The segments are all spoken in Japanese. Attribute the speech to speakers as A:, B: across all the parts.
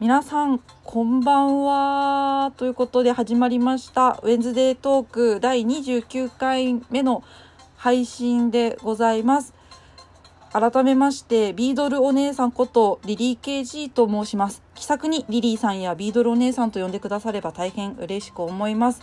A: 皆さんこんばんはということで始まりましたウェンズデートーク第29回目の配信でございます改めましてビードルお姉さんことリリー KG と申します気さくにリリーさんやビードルお姉さんと呼んでくだされば大変嬉しく思います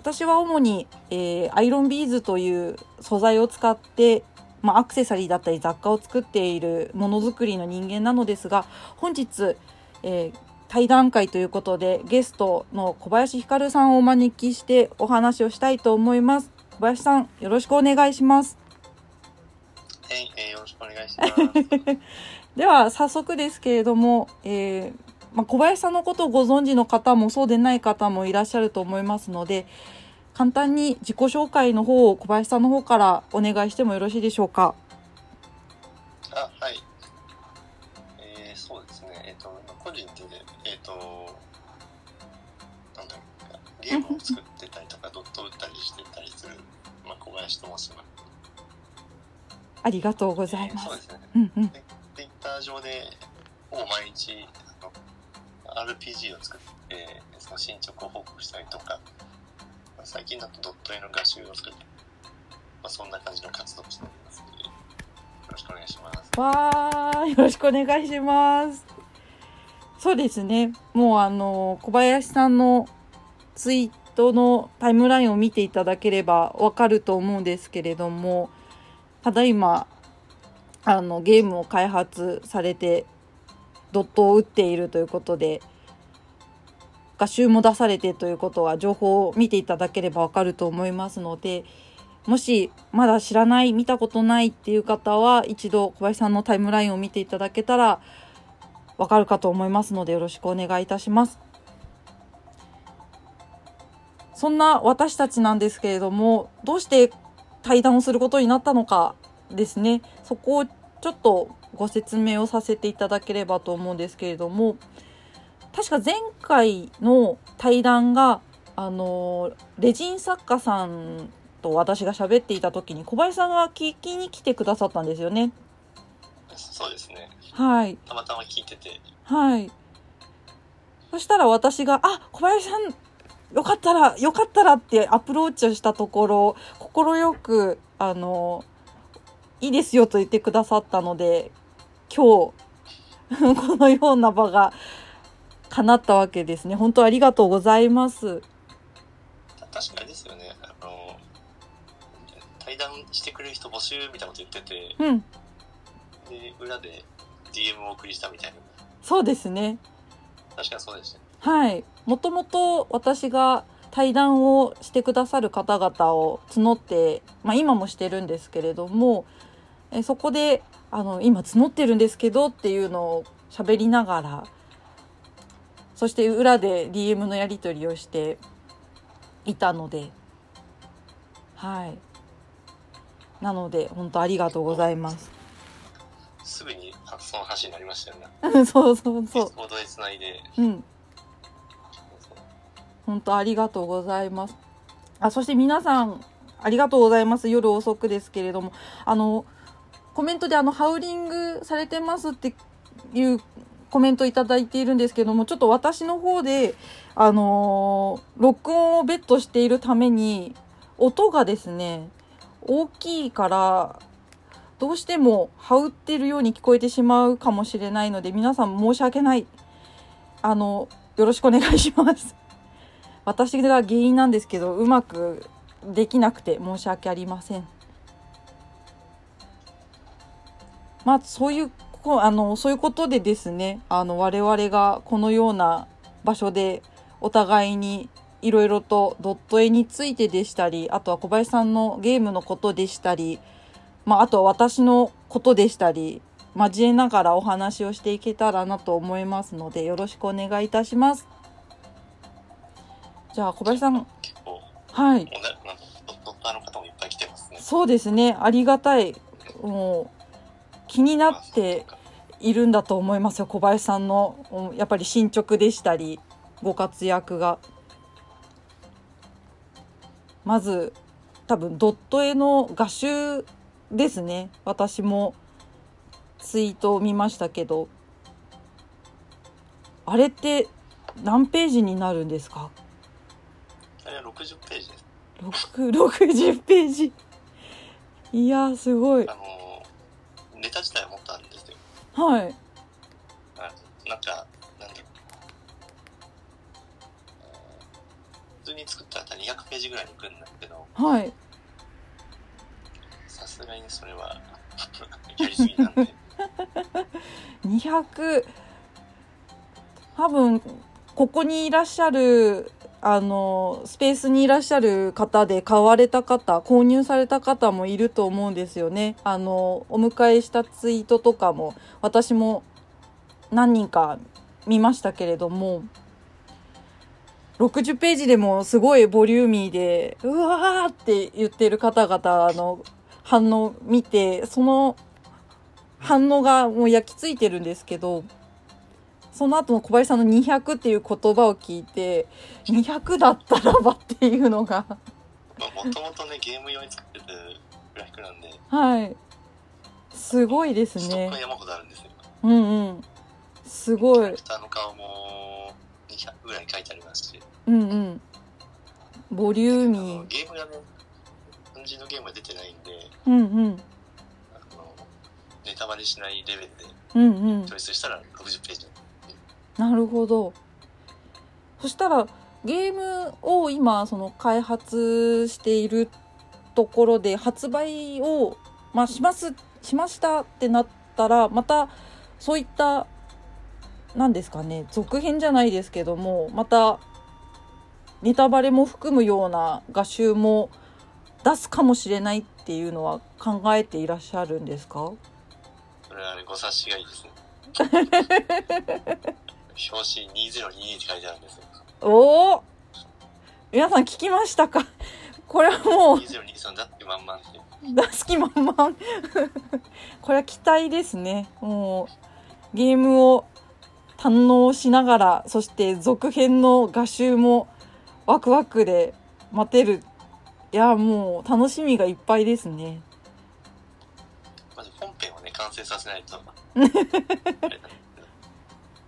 A: 私は主に、えーアイロンビーズという素材を使って、まあ、アクセサリーだったり雑貨を作っているものづくりの人間なのですが本日、えー対談会ということでゲストの小林ひかるさんをお招きしてお話をしたいと思います小林さんよろしくお願いします
B: はい、えーよろしくお願いします。は
A: では早速ですけれども、えーまあ、小林さんのことをご存知の方もそうでない方もいらっしゃると思いますので簡単に自己紹介の方を小林さんの方からお願いしてもよろしいでしょうか。
B: あ、はい。えー、そうですね。えっ、と、個人で、えっ、と、なんだろうな、ゲームを作ってたりとか、ドットを打ったりしてたりする、まあ、小林と申します。
A: ありがとうございま。
B: えーそうですすね。
A: うんうん、
B: ツイッター上で、ほぼ毎日、あの RPG を作って、その進捗を報告したりとか、まあ最近だとドット絵の画集を作って、まあ、そんな感じの活動をしておりますので、よろしくお願いします。
A: わーよろしくお願いします。そうですね。もうあの、小林さんのツイートのタイムラインを見ていただければわかると思うんですけれども、ただいま、あの、ゲームを開発されて、ドットを打っているということで、画集も出されてということは情報を見ていただければわかると思いますので、もしまだ知らない見たことないっていう方は一度小林さんのタイムラインを見ていただけたらわかるかと思いますのでよろしくお願いいたしますそんな私たちなんですけれどもどうして対談をすることになったのかですねそこをちょっとご説明をさせていただければと思うんですけれども確か前回の対談があのレジン作家さんと私が喋っていた時に小林さんが聞きに来てくださったんですよね。
B: そうですね。
A: はい。
B: たまたま聞いてて、
A: はい。そしたら私が、あ、小林さん、よかったら、よかったらってアプローチをしたところ、快く、あの、いいですよと言ってくださったので、今日、 このような場が叶ったわけですね。本当ありがとうございます。
B: 確かにですよねあの対談してくれる人募集みたいなこと言ってて
A: うん。
B: で裏で DM を送りしたみたいな
A: そうですね。
B: 確かにそうでしたね
A: はい。もともと私が対談をしてくださる方々を募って、まあ今もしてるんですけれども、えそこで、あの、今募ってるんですけどっていうのを喋りながら、そして裏で DM のやり取りをしていたので、はい。なので、本当ありがとうございます。
B: すぐにあその話になりましたよ ね
A: そうそうそう。
B: ボードでつないで
A: うん。本当ありがとうございます。あ、そして皆さん、ありがとうございます。夜遅くですけれども、あの、コメントであの、ハウリングされてますっていうコメントいただいているんですけども、ちょっと私の方で、あのー録音をベットしているために、音がですね、大きいから、どうしても、羽織ってるように聞こえてしまうかもしれないので、皆さん申し訳ない。あの、よろしくお願いします。私が原因なんですけどうまくできなくて申し訳ありませんまあそういうこあのそういうことでですねあの我々がこのような場所でお互いにいろいろとドット絵についてでしたりあとは小林さんのゲームのことでしたり、まあ、あとは私のことでしたり交えながらお話をしていけたらなと思いますのでよろしくお願いいたします。じゃあ小林さん
B: 結構
A: はい。
B: おななんかドドッターの方もいっぱい来てますね
A: そうですね。ありがたい。もう、気にな
B: まあ
A: っ
B: そうで
A: て
B: すか
A: いるんだと思いますよ。小林さんの、うんやっぱり進捗でしたり、ご活躍が。まず、多分、ドット絵の画集ですね。私も、ツイートを見ましたけど。あれって何ページになるんですか
B: あれは60ページです。
A: 6 60ページいやーすごい
B: あのーネタ自体は持ったんですよ。
A: はい
B: あなんか、なんだろう。普通に作ったら200ページぐらいにいくんだけど、
A: はい
B: さすがにそれは やりすぎなんで、
A: 200多分ここにいらっしゃるあのスペースにいらっしゃる方で買われた方購入された方もいると思うんですよねあのお迎えしたツイートとかも私も何人か見ましたけれども60ページでもすごいボリューミーでうわーって言ってる方々の反応見てその反応がもう焼き付いてるんですけどその後の小林さんの200っていう言葉を聞いて200だったらばっていうのが
B: まあもともとね、ゲーム用に作ってるグラフィックなんで、
A: はいすごいです
B: ストックが
A: ね
B: 山ほどあるんですよ。
A: うんうんすご
B: キャ
A: い
B: ラクターの顔も200ぐらい書いてありますし、
A: うんうんボリュー
B: あの
A: ミー
B: ゲームがね、漢字のゲームは出てないんで、
A: うんうん
B: あのネタバレしないレベルで
A: うんうん
B: チョイスしたら60ページ。
A: なるほどそしたらゲームを今その開発しているところで発売を、まあ、しますしましたってなったらまたそういった何ですかね続編じゃないですけどもまたネタバレも含むような画集も出すかもしれないっていうのは考えていらっしゃるんですか
B: それはね、ご察しがいいですね。表紙2022って書いてあるんですよ。
A: おお皆さん聞きましたか これはもう
B: 2023だってまんまんって。
A: 出す気満々 これは期待ですねもうゲームを堪能しながらそして続編の画集もワクワクで待てるいやもう楽しみがいっぱいですね
B: まず本編をね、完成させないと。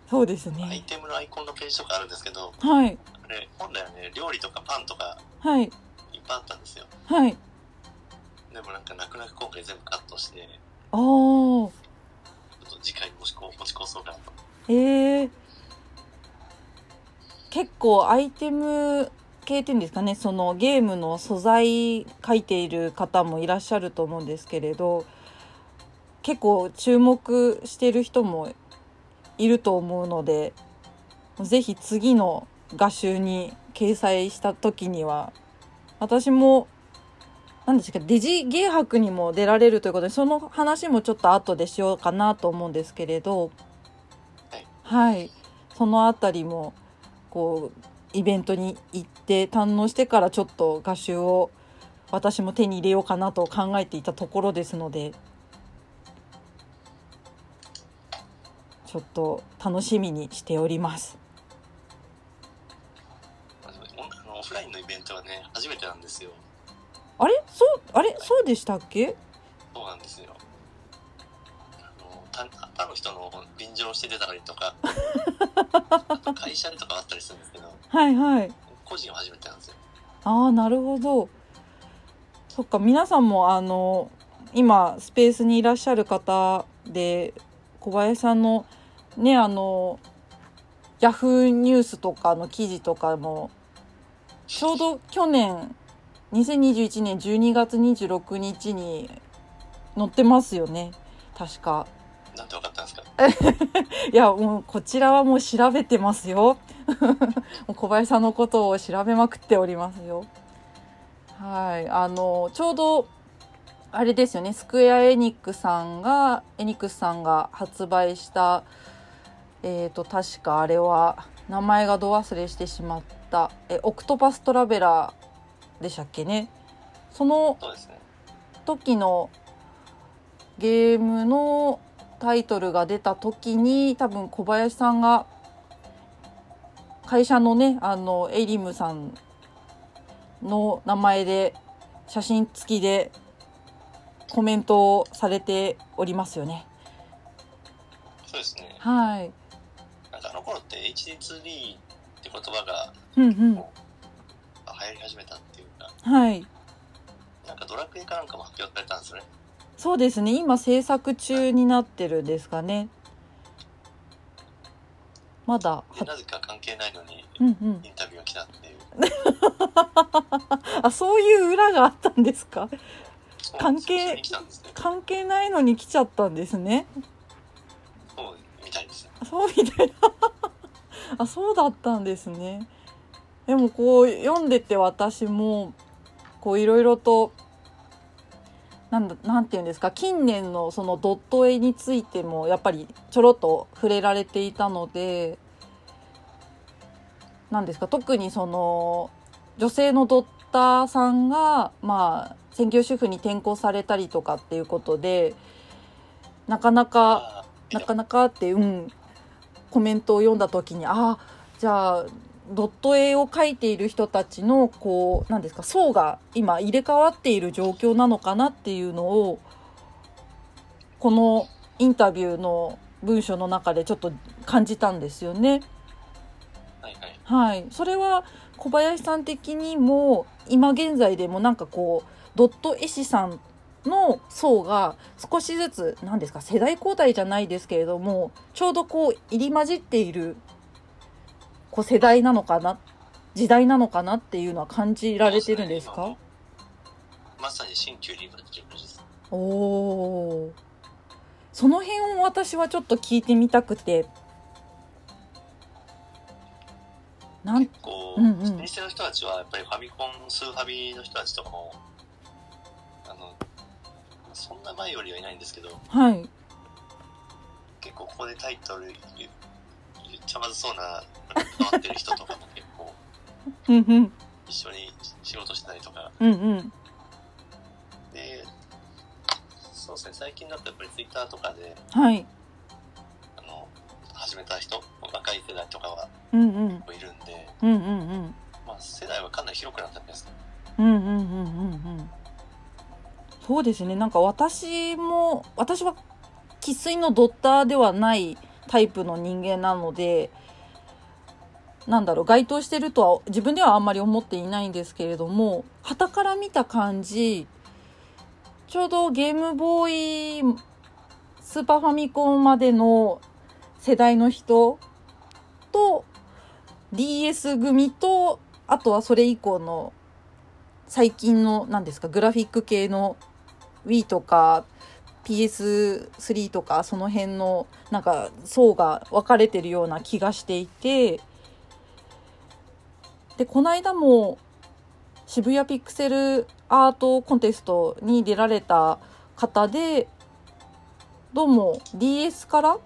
A: そうですね
B: アイテムのアイコンのページとかあるんですけど、
A: はい
B: あれ、本来はね、料理とかパンとか
A: はい
B: いっぱいあったんですよ。
A: はい
B: でもなんか、泣く泣く今回全部カットして、ち
A: ああ
B: ょっと次回に持ちこ持ち越そうかなと。
A: えー、結構アイテム系っていうんですかねそのゲームの素材書いている方もいらっしゃると思うんですけれど結構注目してる人もいると思うのでぜひ次の画集に掲載した時には私も何ですかデジ芸博にも出られるということでその話もちょっと後でしようかなと思うんですけれどはい、そのあたりもこうイベントに行って堪能してからちょっと画集を私も手に入れようかなと考えていたところですのでちょっと楽しみにしております。
B: まあでもオンあのオフラインのイベントはね、初めてなんですよ。
A: あれそうあれそうでしたっけ？
B: そうなんですよ。あの他他の人の便乗して出たり とか、あと会社でとかあったりするんですけど、
A: はいはい。
B: 個人は初めてなんですよ。
A: ああなるほどそっか皆さんもあの今スペースにいらっしゃる方で小林さんのねあのヤフーニュースとかの記事とかもちょうど去年2021年12月26日に載ってますよね確か
B: なんて分かったんですか
A: いやもうこちらはもう調べてますよ もう小林さんのことを調べまくっておりますよはいあのちょうどあれですよねスクエア・エニックさんがエニックスさんが発売したえっ、と確かあれは名前がど忘れしてしまったえオクトパストラベラーでしたっけねその
B: そうですね。
A: 時のゲームのタイトルが出た時に多分小林さんが会社のねあのエイリムさんの名前で写真付きでコメントをされておりますよね。
B: そうですね。
A: はい。
B: あなんかあの頃って HD2D って言葉が
A: うんうん
B: こう流行り始めたっていうか、
A: はい
B: なんかドラクエかなんかも発表されたんですよね。
A: そうですね今制作中になってるんですかねまだ
B: で、
A: は
B: なぜか関係ないのに
A: うんうん
B: インタビューが来たっていう。
A: あそういう裏があったんですか
B: そう
A: 関係
B: 普通に来たんですね。
A: 関係ないのに来ちゃったんですね
B: そうみたいですね。
A: あそうみたいな あそうだったんですねでもこう読んでて私もこういろいろとなんだなんていうんですか近年のそのドット絵についてもやっぱりちょろっと触れられていたのでなんですか特にその女性のドッターさんがまあ専業主婦に転校されたりとかっていうことでなかなか
B: あー
A: なかなかって、うん、コメントを読んだ時にああじゃあドット絵を描いている人たちのこうなんですか層が今入れ替わっている状況なのかなっていうのをこのインタビューの文章の中でちょっと感じたんですよね。
B: はいはい。
A: はい、それは小林さん的にも今現在でもなんかこうドット絵師さんの層が少しずつ何ですか世代交代じゃないですけれどもちょうどこう入り混じっているこう世代なのかな時代なのかなっていうのは感じられてるんです
B: そう
A: か
B: ね今まさに新旧リーバーっていう感じです。
A: おおーその辺を私はちょっと聞いてみたくてなん
B: 結構、
A: うんうん
B: 老舗の人たちはやっぱりファミコンスーファミの人たちとかもあのそんな前よりはいないんですけど
A: はい
B: 結構ここでタイトル言う言っちゃまずそうな変わってる人とかも結構
A: うんうん
B: 一緒に仕事してたりとか
A: うんうん
B: でそうですね最近だとやっぱりツイッターとかで
A: はい
B: あの始めた人若い世代とかは
A: うんうん
B: いるんで、
A: うんうんうん
B: まあ、世代はかなり広くなったんですか
A: うんうんうんうんうんそうですねなんか私も私は生粋のドッターではないタイプの人間なのでなんだろう該当してるとは自分ではあんまり思っていないんですけれども傍から見た感じちょうどゲームボーイスーパーファミコンまでの世代の人と DS 組とあとはそれ以降の最近の何ですかグラフィック系の Wii とか PS3 とかその辺のなんか層が分かれてるような気がしていてでこの間も渋谷ピクセルアートコンテストに出られた方でどうも DS から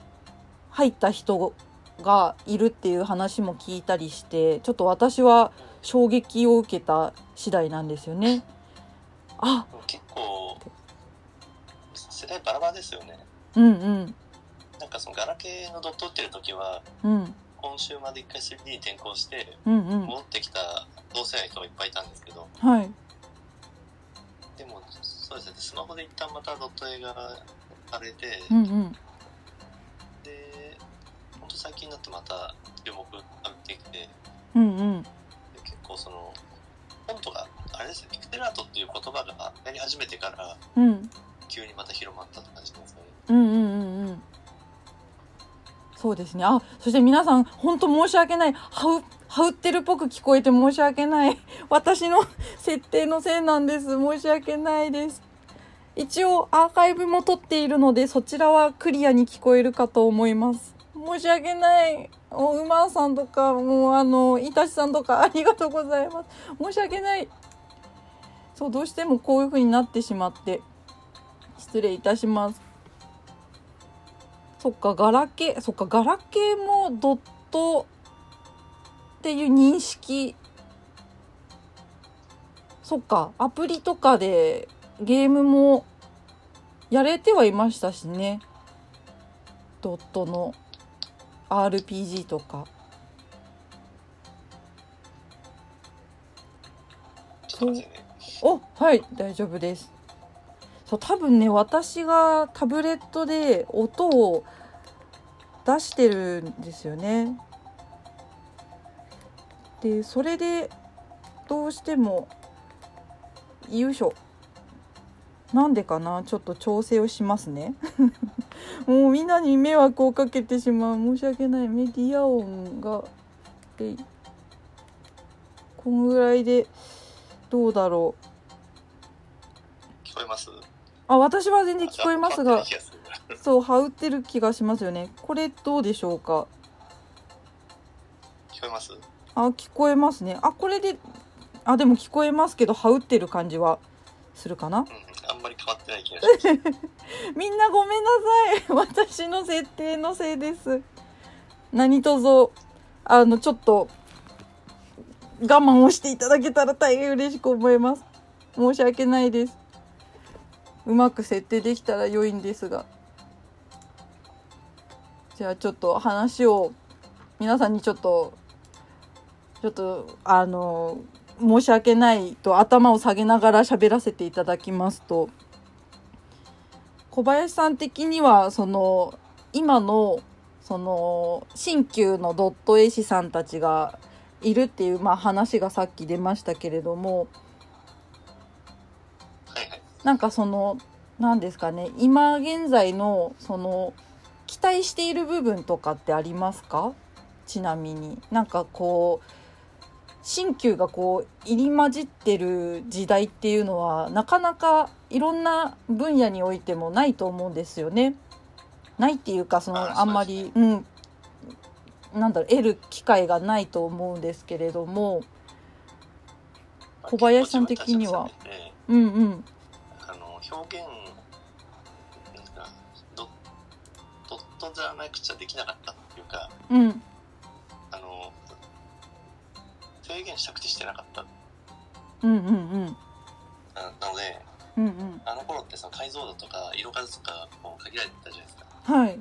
A: 入った人がいるっていう話も聞いたりしてちょっと私は衝撃を受けた次第なんですよね。あ、
B: 結構世代バラバラですよね
A: うんうん
B: なんかそのガラケーのドット打ってる時は
A: うん
B: 今週まで一回 3D に転校して
A: うんうん
B: 戻ってきた同世代の人がいっぱいいたんですけど
A: はい
B: でもそうですねスマホで一旦またドット映画されて、
A: うんうん
B: でほんと最近になってまた注目が上がってきてで
A: うんうん
B: 結構その本とかあれですねピクテラートっていう言葉がやり始めてから
A: うん
B: 急にまた広まったって感じなんですよね
A: うんうんうんうんそうですねあそして皆さん本当申し訳ないはうはうってるっぽく聞こえて申し訳ない 私の設定のせいなんです申し訳ないです一応アーカイブも撮っているのでそちらはクリアに聞こえるかと思います申し訳ないおうまーさんとかもうあのいたしさんとかあ りがとうございます申し訳ないそうどうしてもこういう風になってしまって失礼いたしますそっかガラケーそっかガラケーもドットっていう認識そっかアプリとかでゲームもやれてはいましたしねドットの RPG とか
B: ちょっと待ってね
A: おはい大丈夫ですそう多分ね私がタブレットで音を出してるんですよね。でそれでどうしてもよいしょなんでかなちょっと調整をしますね もうみんなに迷惑をかけてしまう申し訳ないメディア音がえいこんぐらいでどうだろう
B: 聞こえます
A: あ私は全然聞こえますが
B: あじゃあ変わってない気がする
A: そう羽打ってる気がしますよねこれどうでしょうか
B: 聞こえます
A: あ聞こえますねあこれであでも聞こえますけど羽打ってる感じはするかな
B: うん、あんまり変わってない気がします。
A: みんなごめんなさい。私の設定のせいです。何卒、あの、ちょっと、我慢をしていただけたら大変嬉しく思います。申し訳ないです。うまく設定できたら良いんですが。じゃあちょっと話を、皆さんにちょっと、ちょっと、あの、申し訳ないと頭を下げながら喋らせていただきますと、小林さん的にはその今のその新旧のドット絵師さんたちがいるっていう、まあ、話がさっき出ましたけれども
B: はいはい。
A: なんかその何ですかね今現在のその期待している部分とかってありますかちなみになんかこう新旧がこう入り混じってる時代っていうのはなかなかいろんな分野においてもないと思うんですよね。ないっていうかそ
B: あ
A: のあ
B: そうん
A: まりうんなんだろう得る機会がないと思うんですけれども
B: まあ
A: 小林さん的には。
B: 結構自分たちの世代で
A: うんうん
B: あの表現なんかドドットじゃなくちゃできなかったっていうか
A: うん
B: あの制限したくてしてなかった
A: うんうんうん
B: あなので
A: うんうん
B: あの頃ってその解像度とか色数とかもう限られてたじゃないですか
A: はい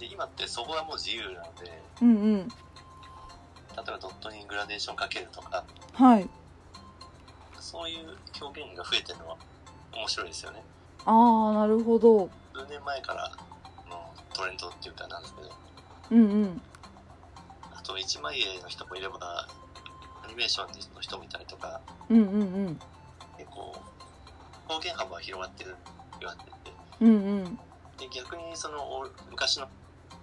B: で今ってそこはもう自由なので例え
A: うんうん
B: ばドットにグラデーションかけるとか
A: はい
B: そういう表現が増えてるのは面白いですよね
A: ああなるほど
B: 数年前からのトレンドっていうかなんですけど
A: うんうん
B: あと一枚絵の人もいればアニメーションの人もいたりとか
A: うんうんうん
B: 結構表現幅が広がってる広がって
A: うんうん
B: てで逆にそのお昔の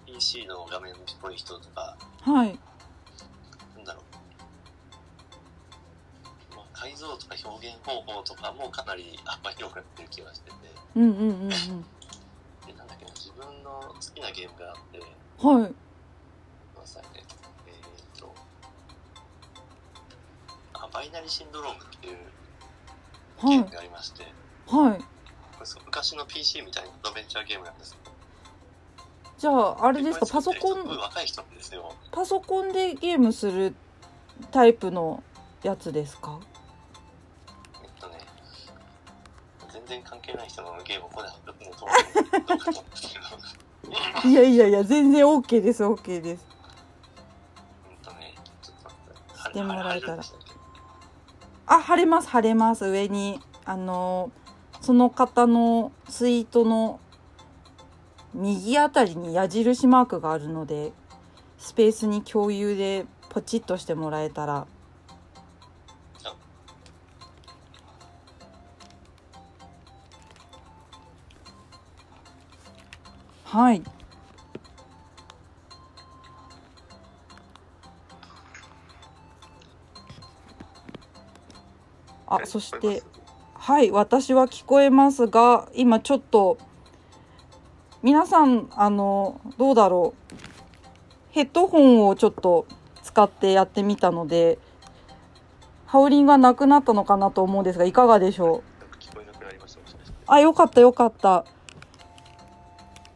B: PC の画面っぽい人とか
A: はい
B: なんだろう、まあ、解像とか表現方法とかもかなり幅広くなってる気がしてて
A: うんうんうん
B: でなんだっけな自分の好きなゲームがあって
A: うんはい
B: ごめんなさいねえーっとあバイナリーシンドロームっていう
A: は
B: ゲー
A: い
B: ムがありまして、
A: はい
B: これそう昔の PC みたいなアドベンチャーゲームなんですけど
A: じゃああれですかパソコ
B: すごい
A: ン
B: 若い人なんですよ
A: パソコンでゲームするタイプのやつですか
B: えっとね全然関係ない人のゲームをここで発表する のどうかどうかと思うんですけど
A: いやいやいや全然 OK です OK です
B: うんとねちょっと
A: し
B: 待って
A: てもらえたら
B: あれあれ入るんでしたっけ
A: あ晴れます晴れます上にあのその方のツイートの右あたりに矢印マークがあるのでスペースに共有でポチッとしてもらえたらはいあそし
B: 聞こえ
A: て
B: ます
A: はい、私は聞こえますが、今ちょっと、皆さん、あの、どうだろう。ヘッドホンをちょっと使ってやってみたので、ハウリングがなくなったのかなと思うんですが、いかがでしょう
B: なんか聞こえなくなりましたもしかして
A: あ、よかったよかった。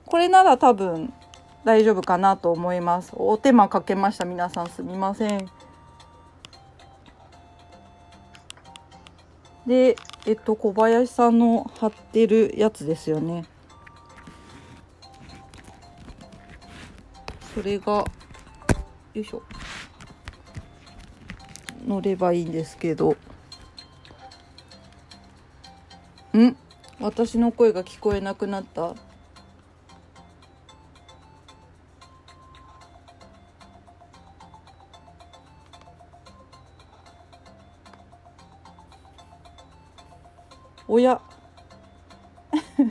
A: これなら多分大丈夫かなと思います。お手間かけました。皆さんすみません。で、えっと、小林さんの貼ってるやつですよね。それが、よいしょ。乗ればいいんですけど。ん私の声が聞こえなくなったおや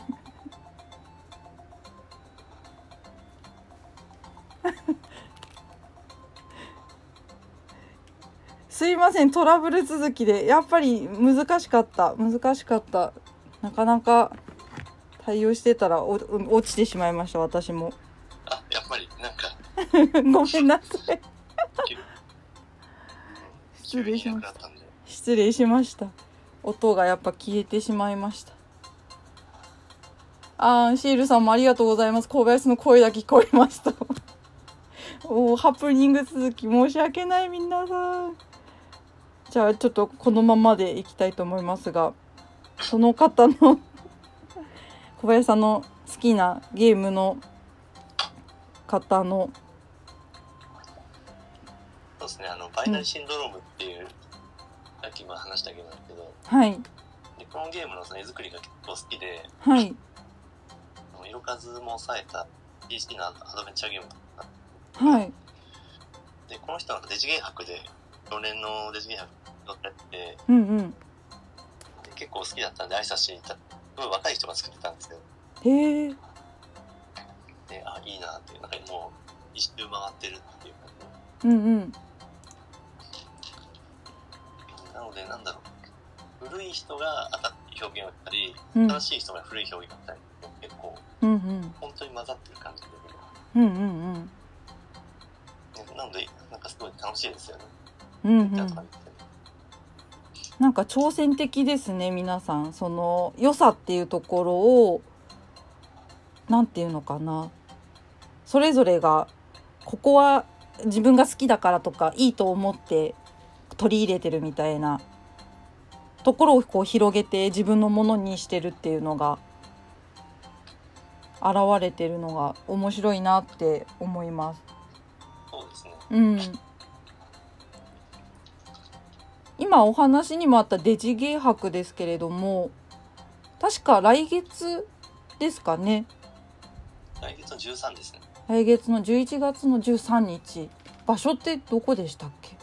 A: すいませんトラブル続きでやっぱり難しかった難しかったなかなか対応してたらお落ちてしまいました私も
B: あ、やっぱり、なんか、
A: ごめんなさい
B: 急
A: 失礼
B: にい
A: し
B: なく
A: ま
B: な
A: し
B: ったたんで。
A: 失礼しました音がやっぱ消えてしまいましたあーシールさんもありがとうございます小林の声だけ聞こえました おーハプニング続き申し訳ない皆さんじゃあちょっとこのままでいきたいと思いますがその方の 小林さんの好きなゲームの方の
B: そうですね、あの、バイナリーシンドロームっていう、さっきも話したけどなんですけど、
A: はい
B: で、このゲームのその絵作りが結構好きで、
A: はい
B: あの色数も抑えた PC のアドベンチャーゲームだった
A: はい
B: で、この人はデジゲン博で、常連のデジゲン博だったって、で
A: うんうん
B: 結構好きだったんで挨拶しに行った。すごい若い人が作ってたんですけど、
A: へえ
B: で、あ、いいなっていう、なんかもう、一周回ってるっていう感じ
A: うんうん
B: なので、なんだろう。古い人が新しい表現をしたり、
A: うん
B: 新しい人が古い表現をしたり、結構、
A: うんうん
B: 本当に混ざってる感じ
A: うんうんうん
B: で、ねなので、なんかすごい楽しいですよね。
A: うんう
B: じゃあ
A: ん
B: とか言ってね
A: なんか挑戦的ですね皆さんその良さっていうところをなんていうのかなそれぞれがここは自分が好きだからとかいいと思って取り入れてるみたいなところをこう広げて自分のものにしてるっていうのが現れてるのが面白いなって思います。
B: そうですね。
A: うん、今お話にもあったデジ芸博ですけれども確か来月ですかね
B: 来月の13ですね。
A: 来月の11月の13日場所ってどこでしたっけ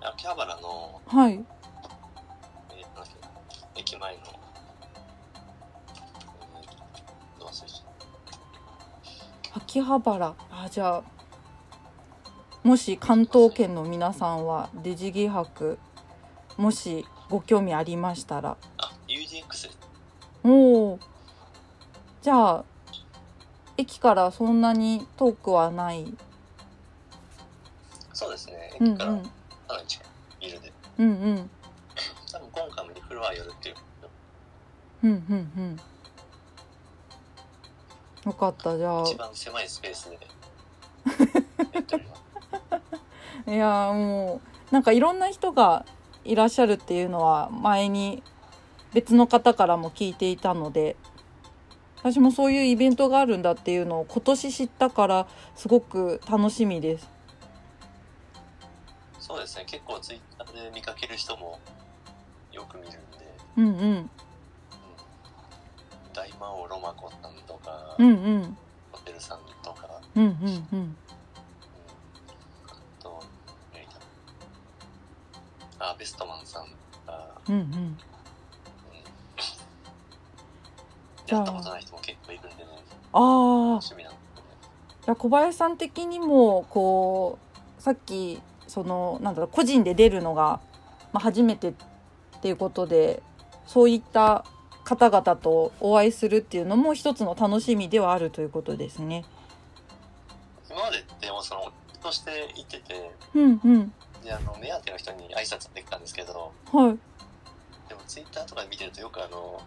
B: 秋葉原の、
A: はい
B: えーなんだっけ、駅前の、えー、どう忘れちゃっ
A: 秋葉原あじゃあもし関東圏の皆さんはデジ芸博もしご興味ありましたら
B: たあ、UDX です。
A: おおじゃあ駅からそんなに遠くはない
B: そうですね。
A: うんうん
B: 駅からかなり近いビルで。
A: うんうん
B: 多分今回もリフロアやるっていう。
A: うんうんうんよかったじゃあ
B: 一番狭いスペ ースでやっております。
A: いやーもうなんかいろんな人がいらっしゃるっていうのは前に別の方からも聞いていたので私もそういうイベントがあるんだっていうのを今年知ったからすごく楽しみです
B: そうですね結構ツイッターで見かける人もよく見るんで、
A: うんうん
B: うん、大魔王ロマコさんとか、
A: うんうん
B: ホテルさんとか、
A: うんうんうん
B: うん、あと誰だあベストマンさんとか、
A: うんうん
B: うん、
A: じゃあ
B: やったことない人も結構いるんでね
A: ああ
B: 楽しみなんですよね
A: じゃあ小林さん的にもこうさっきそのなんだろう個人で出るのが、まあ、初めてっていうことでそういった方々とお会いするっていうのも一つの楽しみではあるということですね。
B: 今までってもうそのとして行ってて
A: うんうん
B: であの目当ての人に挨拶できたんですけど
A: はい。
B: でもツイッターとか見てるとよくあの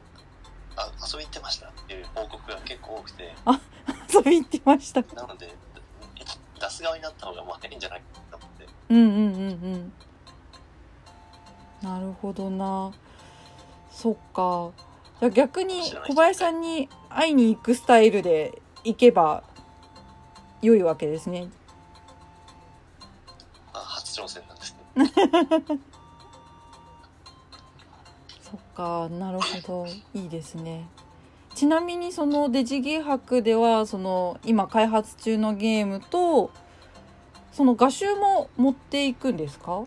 B: あ遊び行ってましたっていう報告が結構多くて
A: 遊びに行ってました。
B: なので出す側になった方がまあいいんじゃないかなって
A: うんうんうんうん。なるほどな。そっか。じゃあ逆に小林さんに会いに行くスタイルで行けば良いわけですね。
B: まあ初挑戦なんですけど
A: そっかなるほどいいですねちなみにそのデジゲー博ではその今開発中のゲームとその画集も持っていくんですか
B: そ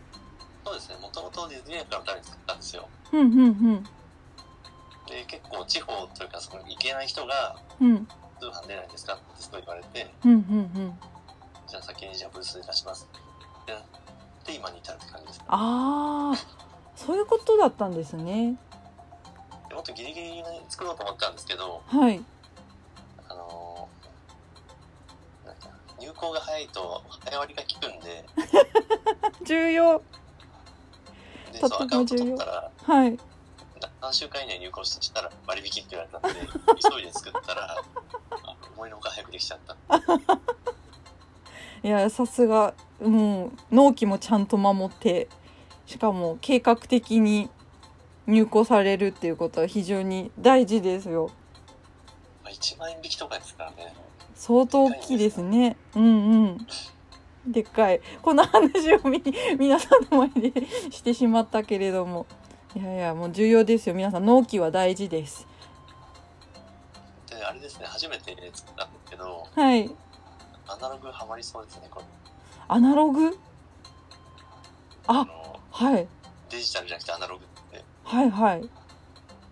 B: うですねもともとディズニーランドから誰に作ったんですよ
A: うんうんうん
B: で結構地方というかその行けない人が
A: うん
B: 「通販出ないんですか?」ってすごい言われて
A: うんうんうん
B: 「じゃあ先にじゃあブースで出します」ってなって今に至るって感じです。
A: ああそういうことだったんですね
B: でもっとギリギリに作ろうと思ったんですけど、
A: はい
B: あのーなんか入稿が早いと早割りが 効くんで
A: 重要
B: で
A: とっても
B: そうアカウント
A: 重要
B: 取ったら
A: はい
B: な3週間以内に入稿したら割引って言われたんで 急いで作ったらあ思いのほか早くできちゃった
A: いやさすがもう納期もちゃんと守ってしかも計画的に入稿されるっていうことは非常に大事ですよ
B: まあ1万円引きとかですからね
A: 相当大きいですねうんうんでっかいこの話をみ皆さんの前でしてしまったけれどもいやいやもう重要ですよ皆さん納期は大事です
B: であれですね初めて作ったんですけど
A: はい
B: アナログハマりそうですねこれ
A: アナログ
B: あ
A: あ
B: の
A: はい
B: デジタルじゃなくてアナログって
A: はいはい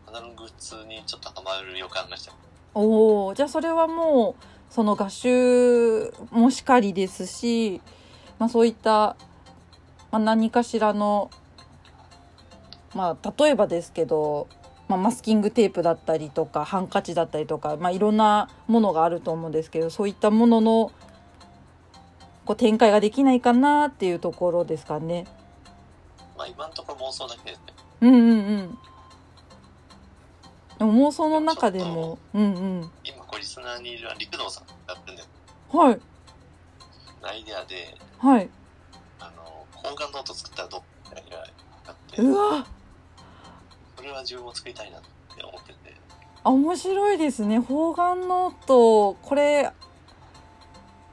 B: アナログ普通にちょっとハマる予感がして
A: おおじゃあそれはもうその画集もしかりですし、まあ、そういった、まあ、何かしらの、まあ、例えばですけど、まあ、マスキングテープだったりとかハンカチだったりとか、まあ、いろんなものがあると思うんですけどそういったもののこう展開ができないかなっていうところですかね。
B: まあ今のところ妄想だけですね
A: うんうんうんでも妄想の中でも、うんうん、
B: 今こうリスナーにいる陸道さんがやってるんです
A: はい
B: アイデアで
A: はい。
B: あの方眼ノート作ったらどうみたいなのがあって
A: うわ
B: それは自分も作りたいなって思ってて
A: あ面白いですね方眼ノートこれ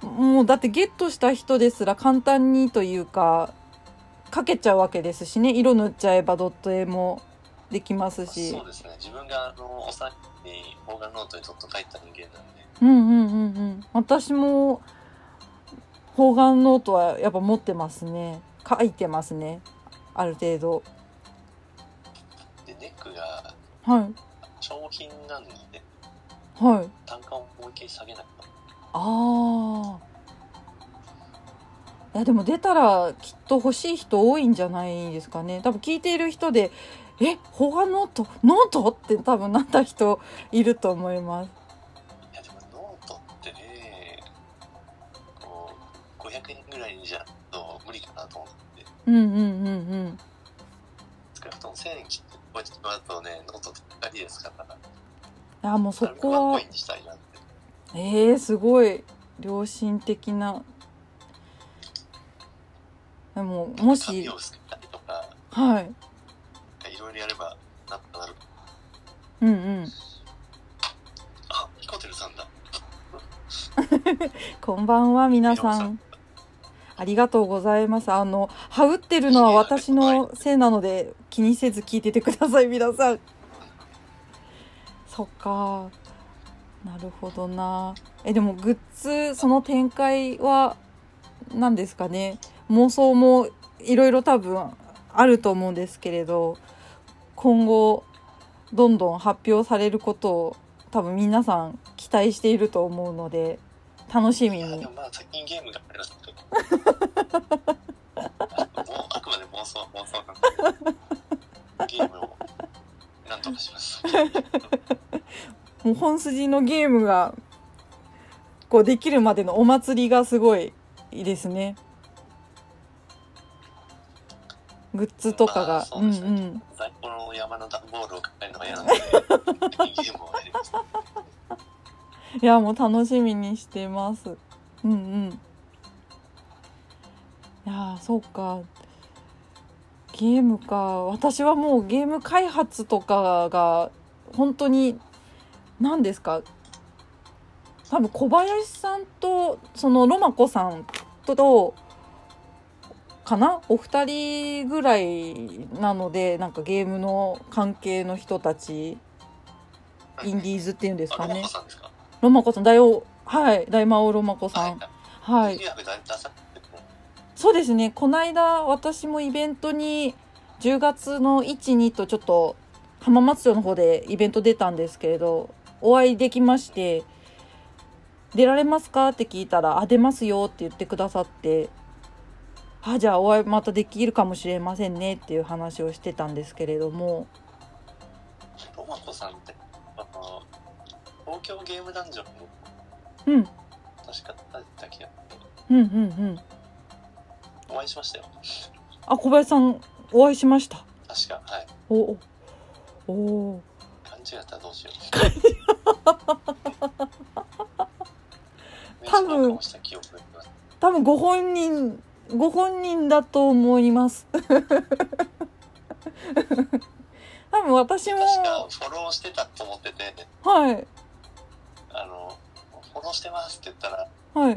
A: もうだってゲットした人ですら簡単にというかかけちゃうわけですしね色塗っちゃえばドット絵もできますし
B: そうですね自分があのおさに方眼ノートにちょっと書いた人間なんで
A: うんうんうんうん私も方眼ノートはやっぱ持ってますね書いてますねある程度
B: でネックが
A: はい
B: 商品なんで
A: はい
B: 単価を思いっきり下げなくて
A: ああいやでも出たらきっと欲しい人多いんじゃないですかね多分聞いている人で「え方眼ノートノート?」って多分なった人いると思います
B: いやでもノートってねこう500円ぐらいじゃと無理かなと思って
A: うんうんうん
B: 少なくとも1000円切って超えてしまうとねノートって高いですから
A: うんあもうそ
B: なるべく
A: こ
B: ワンコ
A: は
B: インにしたいなって
A: えー、すごい良心的なでもも
B: 紙
A: し
B: を作ったりとか
A: はい
B: いろいろやればなんとかなる
A: うんうん
B: あヒコテルさんだ
A: こんばんは皆さんありがとうございます。あの、羽打ってるのは私のせいなので、気にせず聞いててください、皆さん。そっか。なるほどな。え、でもグッズ、その展開は、何ですかね。妄想もいろいろ多分あると思うんですけれど、今後、どんどん発表されることを多分皆さん期待していると思うので、楽し
B: い
A: み
B: や
A: に
B: でも。まあ最近ゲームがありますけど もうあくまで妄想妄想なんでゲームをなんとかします
A: もう本筋のゲームがこうできるまでのお祭りがすごいいいですねグッズとか
B: まあ
A: が、
B: そううん
A: う
B: ですね
A: ん
B: 在庫の山の段ボールを抱えるのが嫌なので最近ゲームをやります
A: いやもう楽しみにしてますうんうんいやーそうかゲームか私はもうゲーム開発とかが本当に何ですか多分小林さんとそのロマコさんとかなお二人ぐらいなのでなんかゲームの関係の人たちインディーズっていうんです
B: あ
A: か
B: ロマ
A: ね
B: コ。さんですか
A: ロマコさん、大王、はい、大魔王ロマコさん。
B: は
A: はいい。
B: リアルだ出さなくても
A: そうですね、この間、私もイベントに、10月の1、2とちょっと浜松町の方でイベント出たんですけれどお会いできまして「出られますか?」って聞いたら「あ出ますよ」って言ってくださって「あじゃあお会いまたできるかもしれませんね」っていう話をしてたんですけれども
B: ともこさんって、あの、東京ゲームダンジョンも
A: うん
B: 確か出てた気が
A: うんうんうん
B: お会いしましたよ。
A: あ小林さんお会いしました
B: 確か、はい。
A: おおお
B: 勘違いだったらどうしよう。
A: 多分
B: 名刺交換をした記憶があります
A: 多分ご本人ご本人だと思います 多分私も
B: 確かフォローしてたと思ってて、
A: はい
B: あの、フォローしてますって言ったら、
A: はい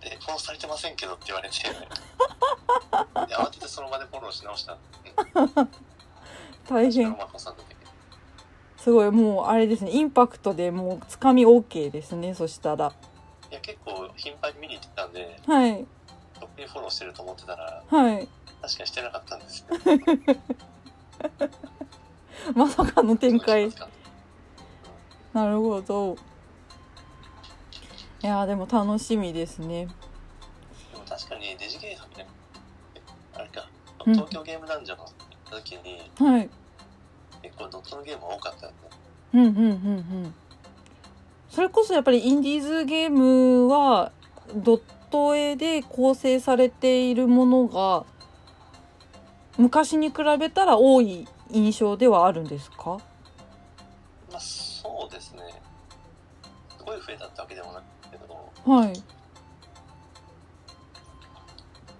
B: でフォローされてませんけどって言われて で慌ててその場でフォローし直したんで
A: 大
B: すよ
A: 変
B: マコさんの時
A: すごいもうあれですねインパクトでもうつかみ OK ですねそしたら
B: いや結構頻繁に見に行ってたんで
A: はい
B: とっくにフォローしてると思ってたら
A: はい
B: 確かにしてなかったんですよ
A: まさかの展開
B: どうしますか
A: なるほどいやーでも楽しみですね
B: でも確かにデジゲーハねあれか
A: うん
B: 東京ゲームダンジョンの時に
A: はい
B: 結構ドットのゲーム多かったんで
A: うんうんうんうんそれこそやっぱりインディーズゲームはドット絵で構成されているものが昔に比べたら多い印象ではあるんですか
B: まあそうですねすごい増えたってわけでもなくけど
A: はい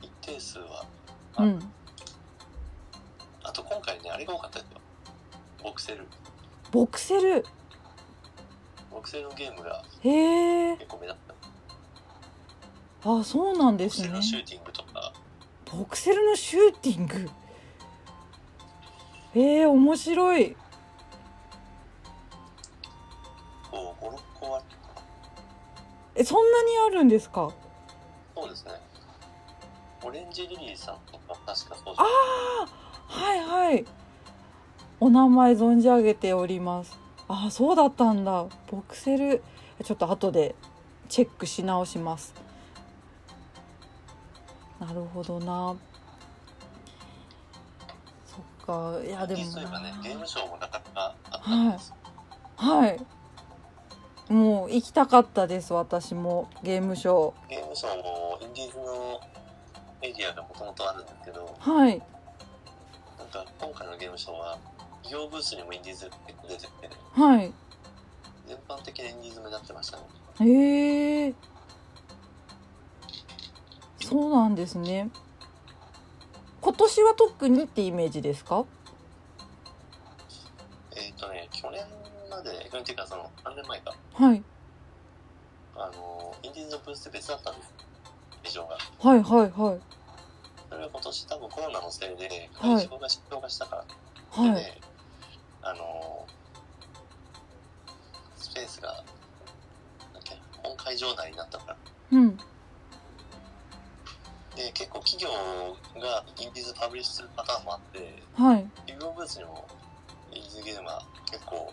B: 一定数は
A: うん
B: あと今回ねあれが多かったですよボクセル
A: ボクセル
B: ボクセルのゲームが
A: へえ
B: 結構目立った。
A: あそうなんで
B: ボク
A: す
B: セル
A: ね
B: のシューティングとか、
A: ボクセルのシューティングえー、面白い
B: こう、5、6個は、
A: えそんなにあるんですか
B: そうですね。オレンジリリーさんとか、確かそう
A: ああはいはいお名前存じ上げておりますああそうだったんだボクセルちょっと後でチェックし直しますなるほどなそっかいやでもな
B: そういえばね、ゲームショーもなかなかあったんですよ。
A: はいもう行きたかったです私もゲームショー
B: ゲームショーも、インディーズのエリアがもともとあるんですけど、
A: はい
B: なんか今回のゲームショーは、企業ブースにもインディーズ結構出てて、
A: はい
B: 全般的にインディーズ目立ってましたね。
A: へえそうなんですね今年は特にってイメージですか
B: えっ、とね、去年まで、去年っていうかその、3年前か、
A: はい
B: あの、インディーズのブースで別だったんです。以上が。
A: はいはいはい
B: それは今年多分コロナのせいで
A: はい
B: 会場が失業がしたからってね、
A: はい
B: あのースペースがなんだっけ本会場内になったから
A: うん
B: で結構企業がインディーズパブリッシュするパターンもあって
A: はい
B: 企業ブースにもインディーズゲームは結構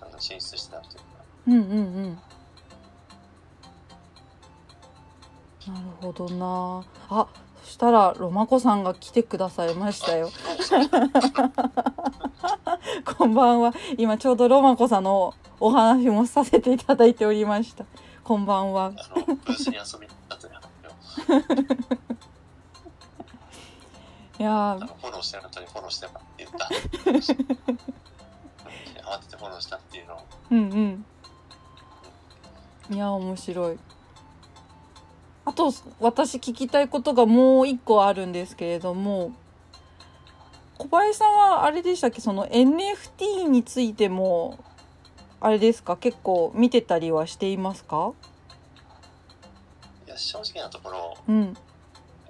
B: あの進出してたっていうか
A: うんうんうんなるほどなあそしたらロマコさんが来てくださいましたよ こんばんは。今ちょうどロマコさんのお話もさせていただいておりました。こんばんは。
B: あ のブースに遊びに行ったっていう話を
A: いや
B: あ
A: ー
B: のフォローしてなかったのにフォローしてなか ったって言った慌ててフォローしたっていうのを
A: うんうん。いやー面白い。あと私聞きたいことがもう一個あるんですけれども、小林さんはあれでしたっけその NFT についてもあれですか結構見てたりはしていますか？
B: いや正直なところ
A: うん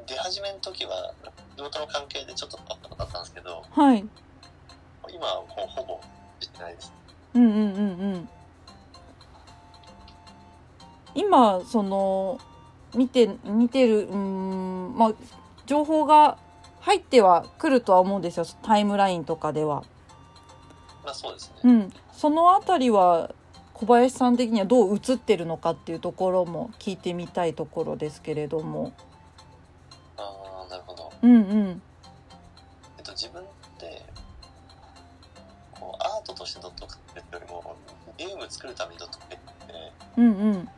B: 出始めの時は仕事の関係でちょっとあったことあったんですけど
A: はい
B: 今はもうほぼしてないです
A: うんうんうんうん今その見て見てるうーんまあ情報が入ってはくるとは思うんですよタイムラインとかでは。
B: あそうですね、
A: うん、そのあたりは小林さん的にはどう映ってるのかっていうところも聞いてみたいところですけれども。
B: ああなるほど、
A: うんうん
B: えっと、自分ってこうアートとしてドットを描くよりもゲーム作るためにドットを描くって
A: うんうん。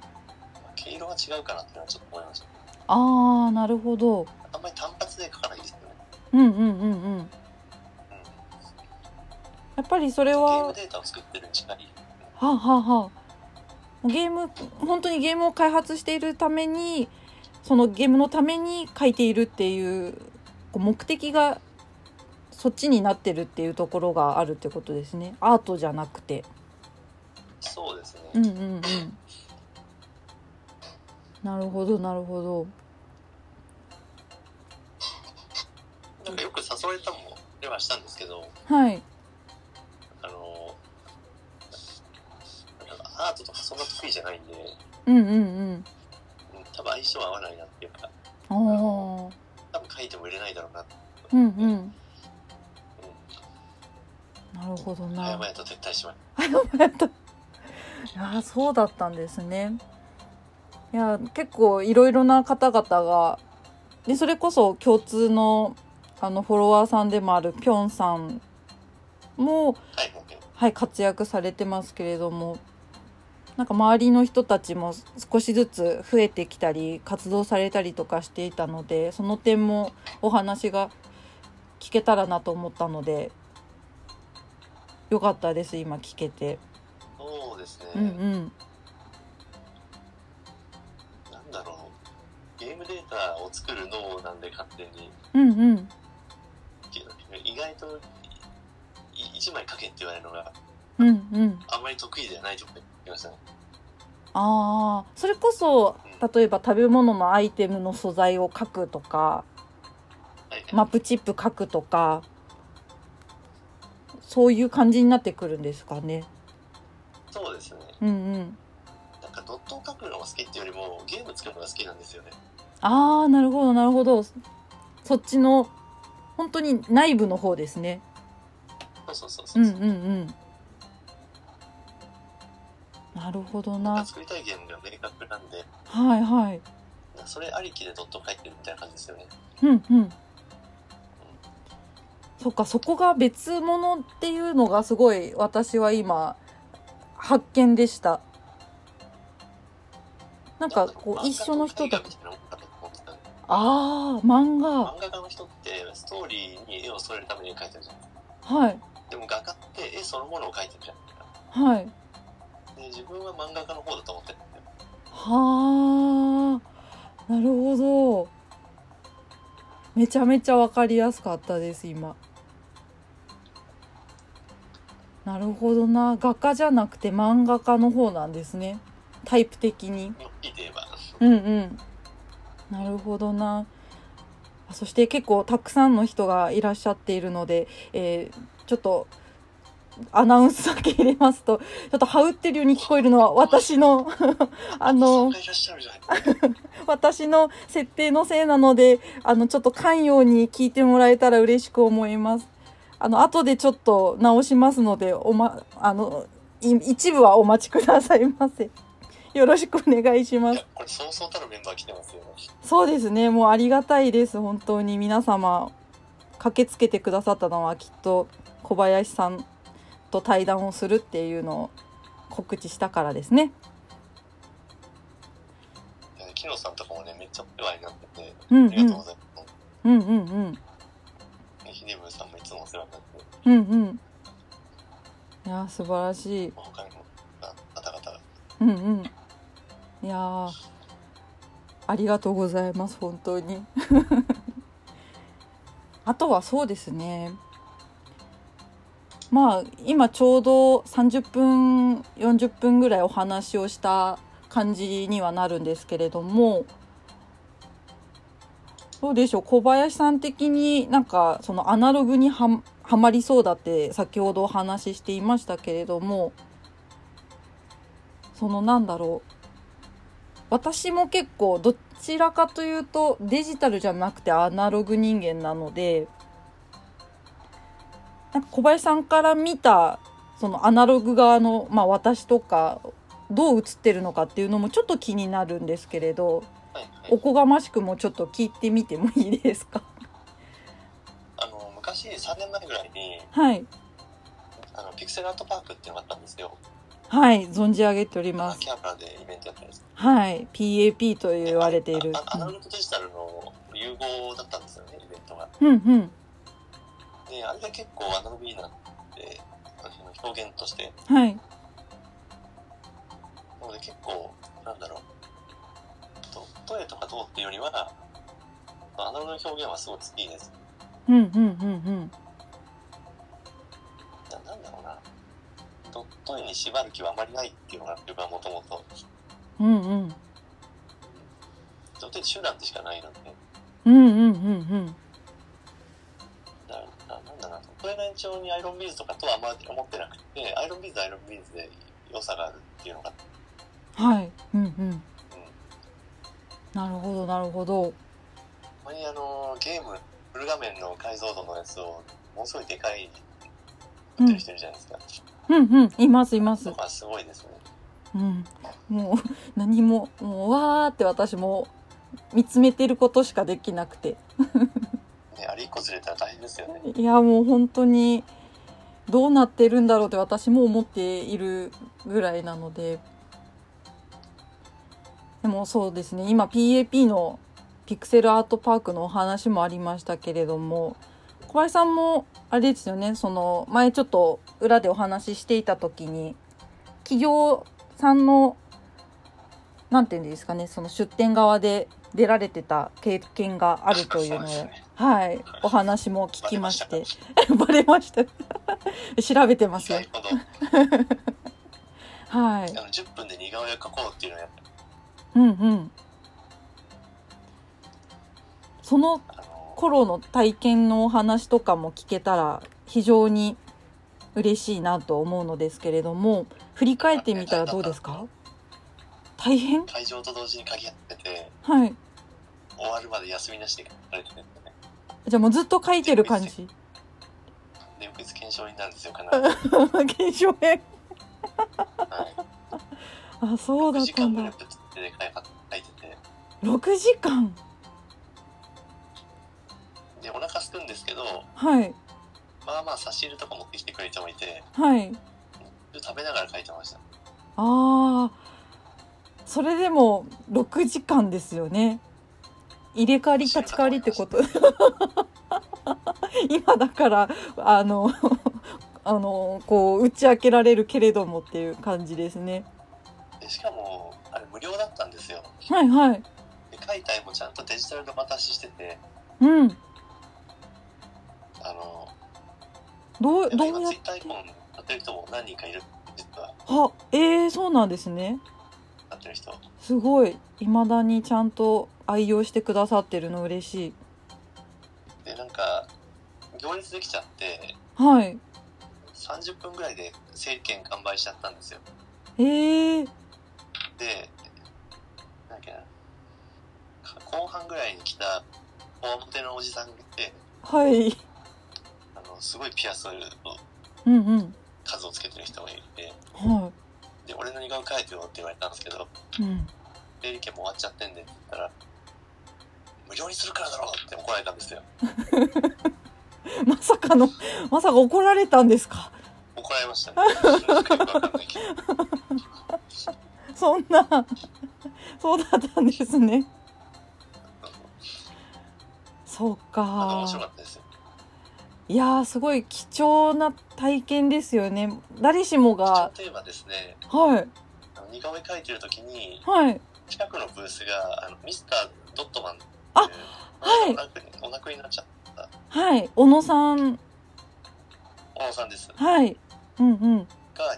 B: 毛色が違うかなっていうのはちょっと思いました
A: ああなるほど。
B: あんまり単発で描かないですよね、
A: うんうんうんうん。
B: うん、
A: やっぱりそれ
B: ゲー
A: は
B: ムデータを作ってるに近い
A: はあ、はあはあ、ゲーム本当にゲームを開発しているためにそのゲームのために書いているっていうこう目的がそっちになってるっていうところがあるってことですねアートじゃなくて
B: そうですね、
A: うんうんうんなるほどなるほど
B: なんかよく誘われたもんではしたんですけど
A: はい
B: あのなんかアートとかそんな得意じゃないんで、
A: うんうん
B: うん、多分相性合わないなっていうか
A: うんああ
B: 多分書いても売れないだろうなって、
A: うんうん
B: う
A: なるほど
B: ん、
A: な
B: 早々と撤退しまし
A: ああそうだったんですね。いや結構いろいろな方々がでそれこそ共通のあのフォロワーさんでもあるぴょんさんも、
B: たはいはいはい
A: はい、活躍されてますけれどもなんか周りの人たちも少しずつ増えてきたり活動されたりとかしていたのでその点もお話が聞けたらなと思ったのでよかったです今聞けて。
B: そうですね、
A: うんうん
B: なんだろうゲームデータを作る脳なんで勝手に
A: うんうん
B: 意外と1枚書けって言われるのが
A: うんうん、
B: あんまり得意ではないと思ってましたね
A: ああそれこそ例えば食べ物のアイテムの素材を書くとか
B: はい、
A: マップチップ書くとかそういう感じになってくるんですかね。
B: そうですね
A: うんうん、
B: なんかドットを書くのが好きっていうよりもゲーム作るのが好きなんですよね
A: ああなるほどなるほどそっちの本当に内部の方ですね。
B: そうそうそうそうう、
A: んうんうん。なるほど
B: なんか
A: な。
B: 作りたいゲームが明確なんで
A: はいはい。
B: それありきでドットを書いてるみたいな感じですよね
A: うんうん。そっかそこが別物っていうのがすごい私は今発見でした。なんかこう一緒の人
B: だ
A: だ
B: ろう漫画とか絵画みたいなもんだと思って
A: ああ漫画
B: たんで漫画家の人ってストーリーに絵を添えるために描いてるじゃん
A: はい
B: でも画家って絵そのものを描いてるじゃん
A: はい
B: で自分は漫画家の方だと思ってるんだよ
A: はあなるほどめちゃめちゃわかりやすかったです今なるほどな画家じゃなくて漫画家の方なんですねタイプ的に
B: の聞いて言えば
A: うんうんなるほどなあそして結構たくさんの人がいらっしゃっているので、えーちょっとアナウンスだけ入れますとちょっと羽打ってるように聞こえるのは私の あの
B: いらっしゃるじゃない
A: 私の設定のせいなのであのちょっと寛容に聞いてもらえたら嬉しく思いますあの後でちょっと直しますのでおまあのい一部はお待ちくださいませ よろしくお願いしま
B: い
A: す
B: やこれそうそうたるメンバー来てますよ
A: そうですねもうありがたいです本当に皆様駆けつけてくださったのはきっと小林さんと対談をするっていうのを告知したからですね
B: いやキノさんとかもねめっちゃお世話になってて
A: うんう
B: ありがとうんございます、
A: うんうんうん
B: ねひねぶさんもいつもお世話になって
A: うんうんいやー素晴らしい
B: 他にもあ方々が
A: うんうんいやーありがとうございます本当に あとはそうですねまあ今ちょうど30分40分ぐらいお話をした感じにはなるんですけれどもどうでしょう小林さん的になんかそのアナログにははまりそうだって先ほどお話ししていましたけれどもそのなんだろう私も結構どちらかというとデジタルじゃなくてアナログ人間なのでなんか小林さんから見たそのアナログ側の、まあ、私とかどう映ってるのかっていうのもちょっと気になるんですけれど
B: はいは
A: お
B: い。
A: こがましくもちょっと聞いてみてもいいですか
B: あの、昔、3年前ぐらいに、
A: はい
B: あの、ピクセルアートパークっていうのがあったんですよ。
A: はい存じ上げておりま
B: 秋
A: す
B: 葉原でイベントやったんです。
A: はい PAP と言われている
B: ああアナログとデジタルの融合だったんですよね、イベントが。
A: うんうん
B: で、あれが結構アナログいいなって、私の表現として。
A: はい
B: なので結構、なんだろう。とトイレとかどうっていうよりは、アナログの表現はすごい好きです。
A: うんうんうん
B: ななんだろうな。ドット絵に縛る気はあまりないっていうのが僕はもともと。
A: うんうんうん
B: ドット絵に手段でしかないので、
A: うんうんうんうん
B: なななんだろうな。ドット絵の延長にアイロンビーズとかとはあんまり思ってなくて、アイロンビーズはアイロンビーズで良さがあるっていうのが、
A: はいうんうん
B: うん。
A: なるほどなるほど
B: 前にあの、ゲーム、フル画面の解像度のやつを、ものすごいでかい、
A: う
B: やってる
A: ん
B: 人いるじゃないですか。
A: うんうんいますいます
B: とかすごいですね。
A: うん、もう何ももうわーって私も見つめてることしかできなくて
B: ね、あれ一個ずれたら大変ですよね。
A: いやもう本当にどうなってるんだろうって私も思っているぐらいなのででもそうですね今 PAP のピクセルアートパークのお話もありましたけれども小林さんもあれですよねその前ちょっと裏でお話ししていた時に企業さんのなんていうんですかねその出店側で出られてた経験があるというの
B: そ
A: で
B: うですね。
A: はい、お話も聞きまして、バレました。 調べてますよ
B: な。るほど。
A: はい
B: あ。の、10分で似顔絵描こうっていうのはやっぱ、
A: うんうん。その
B: あの、
A: 頃の体験のお話とかも聞けたら非常に嬉しいなと思うのですけれども、振り返ってみたらどうですか大変
B: 会場と同時に鍵やってて、
A: はい。
B: 終わるまで休みなしで書かれてるんですよね。
A: じゃあもうずっと書いてる感じ。
B: で、翌日検証になるんですよ、必 ず。はい。
A: 検証編。あ、そうだ
B: 6
A: っ
B: 時
A: た
B: 間
A: ん
B: ぐらい
A: だ
B: ぶ。っつって書いてて、
A: 6時間。
B: で、お腹すくんですけど、
A: はい。
B: まあまあ差し入れとか持ってきてくれる人もいて、
A: はい。
B: 食べながら書いてました。
A: ああそれでも6時間ですよね入れ替わり立ち替わりってこと今だからあの あのこう打ち明けられるけれどもっていう感じですね
B: で、しかも、あれ無料だったんですよ。
A: はいはい
B: で、書いた絵もちゃんとデジタルでお渡ししてて、
A: うん
B: あの、
A: どう
B: やっぱ
A: どう
B: 今
A: やっ
B: ツイッターイコンやってる人も何人かいる、実は、
A: あえー、そうなんですね
B: やってる人。
A: すごい未だにちゃんと愛用してくださってるの嬉しい
B: で、なんか、行列できちゃって、
A: はい
B: 30分ぐらいで整理券完売しちゃったんですよ。
A: えー、
B: で、なんだっけな、か後半ぐらいに来た、こわもてのおじさんがいて、
A: はい
B: あの、すごいピアスを
A: うんうん
B: 数をつけてる人がいて、
A: は
B: で、俺の似顔絵描いてよって言われたんですけど、
A: いうん
B: 整理券も終わっちゃってんでって言ったら、無料にするからだろって怒られたんですよ。
A: まさかの、まさか怒られたんですか
B: 怒られましたね。よくわかんないけ ど
A: そんな、そうだったんですね。そう
B: あの面白
A: か。
B: かったですよ。
A: いやー、すごい貴重な体験ですよね。誰しもが、
B: 例えばですね、
A: はい、
B: あの似顔絵描いてる時に、
A: はい、
B: 近くのブースが、あの、ミスタードットマンっていう、
A: はい
B: お亡くお亡くなりになっちゃった
A: はい、小野さん、
B: 小野さんです。
A: はい、うんうん、
B: が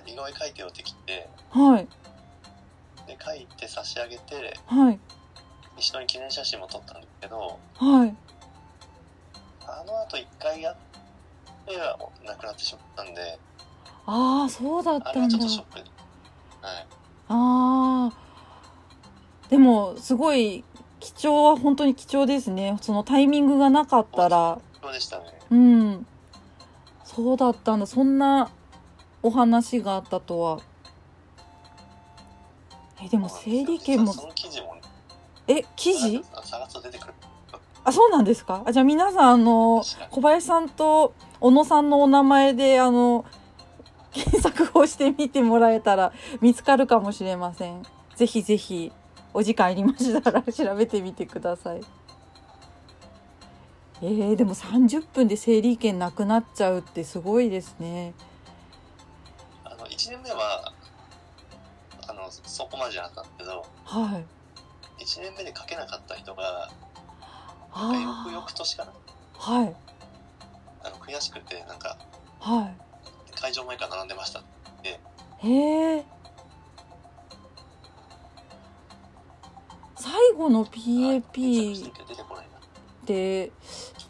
B: 似顔絵描いてよってきて、
A: はい、
B: で、描いて差し上げて、
A: はい、
B: 一緒に記念写真も撮ったんですけど、
A: はい。
B: あの後一回やっては亡くなってしまったんで、
A: ああ、そうだっ
B: あれ
A: た
B: は
A: ん
B: ちょ
A: だ
B: っと。ショックで。はい。
A: ああ。でも、すごい、貴重は本当に貴重ですね。そのタイミングがなかったら、
B: そうでしたね。
A: うん。そうだったんだ。そんなお話があったとはえでも整理券も
B: 実はその記事もね
A: え記事
B: あ探すと出てくる
A: あそうなんですかあじゃあ皆さんあの
B: 確かに
A: 小林さんと小野さんのお名前であの 検索をしてみてもらえたら見つかるかもしれませんぜひぜひお時間ありましたら調べてみてくださいえー、でも30分で整理券なくなっちゃうってすごいですね
B: あの1年目はあのそこまでじゃなかったけど
A: はい
B: 1年目で書けなかった人が翌
A: あ
B: 々年かな
A: ーはい
B: あの悔しくてなんか
A: は
B: 会場前から並んでました
A: いへえ最後の
B: はい検索し
A: PAP
B: てみて出てこないな
A: って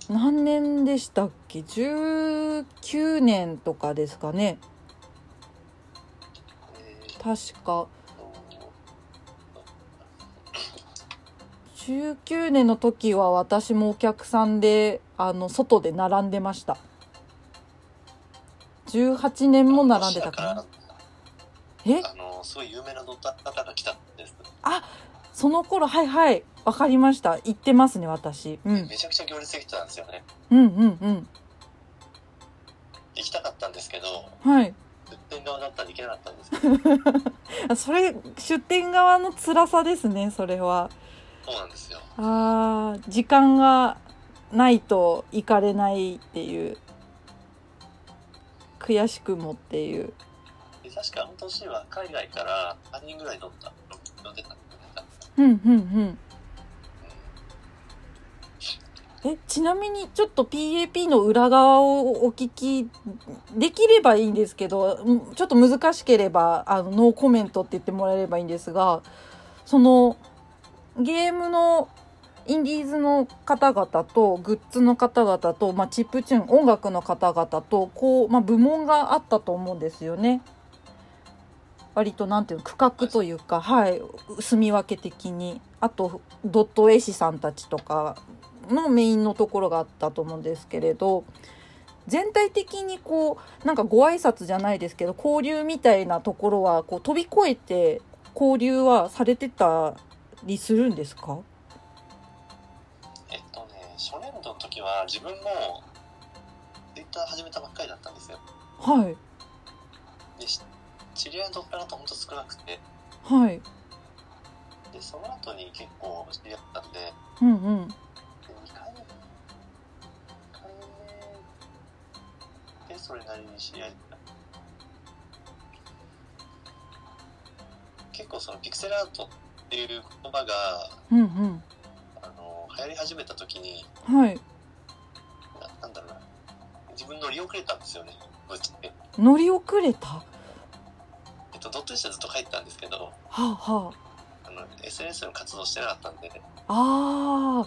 A: 何年でしたっけ19年とかですかね
B: えー
A: 確か
B: と
A: 19年の時は私もお客さんであの外で並んでました18年も並んでたかな
B: ロシアか
A: え
B: らあのすごい有名なドタ方が来たんです、
A: その頃はいはいわかりました行ってますね私、うん、
B: めちゃくちゃ行列できてたんですよね
A: うんうんうん
B: 行きたかったんですけど
A: はい
B: 出店側だったら行けなかった んですけど
A: あそれ出店側の辛さですねそれは
B: そうなんですよ
A: あー時間がないと行かれないっていう悔しくもっていう
B: で確かあの年は海外から3人ぐらい乗った乗ってたんですよね確か
A: うんうん
B: う
A: うんえちなみにちょっと PAP の裏側をお聞きできればいいんですけどうんちょっと難しければあのノーコメントって言ってもらえればいいんですがそのゲームのインディーズの方々とグッズの方々と、まあ、チップチューン音楽の方々とこう、まあ、部門があったと思うんですよね。割となんていうの区画というか、はい、住み分け的にあとドット絵師さんたちとかのメインのところがあったと思うんですけれど全体的にこうなんかご挨拶じゃないですけど交流みたいなところはこう飛び越えて交流はされてたりするんですか
B: んえっとね初年度の時は自分も Twitter 始めたばっかりだったんですよ
A: はい
B: でし知り合いのとこからとほんと少なくて
A: はい
B: でその後に結構知り合ったんで
A: うんうん
B: で2回目2回目でそれなりに知り合い結構そのピクセルアートっていう言葉が
A: うんうん
B: あの流行り始めた時に
A: はい
B: ななんだろうな自分乗り遅れたんですよねぶっちゃけ
A: 乗り遅れたは
B: えっとドット絵師はずっと書いてたんですけど
A: あは
B: あの SNS の活動してなかったんで
A: ああー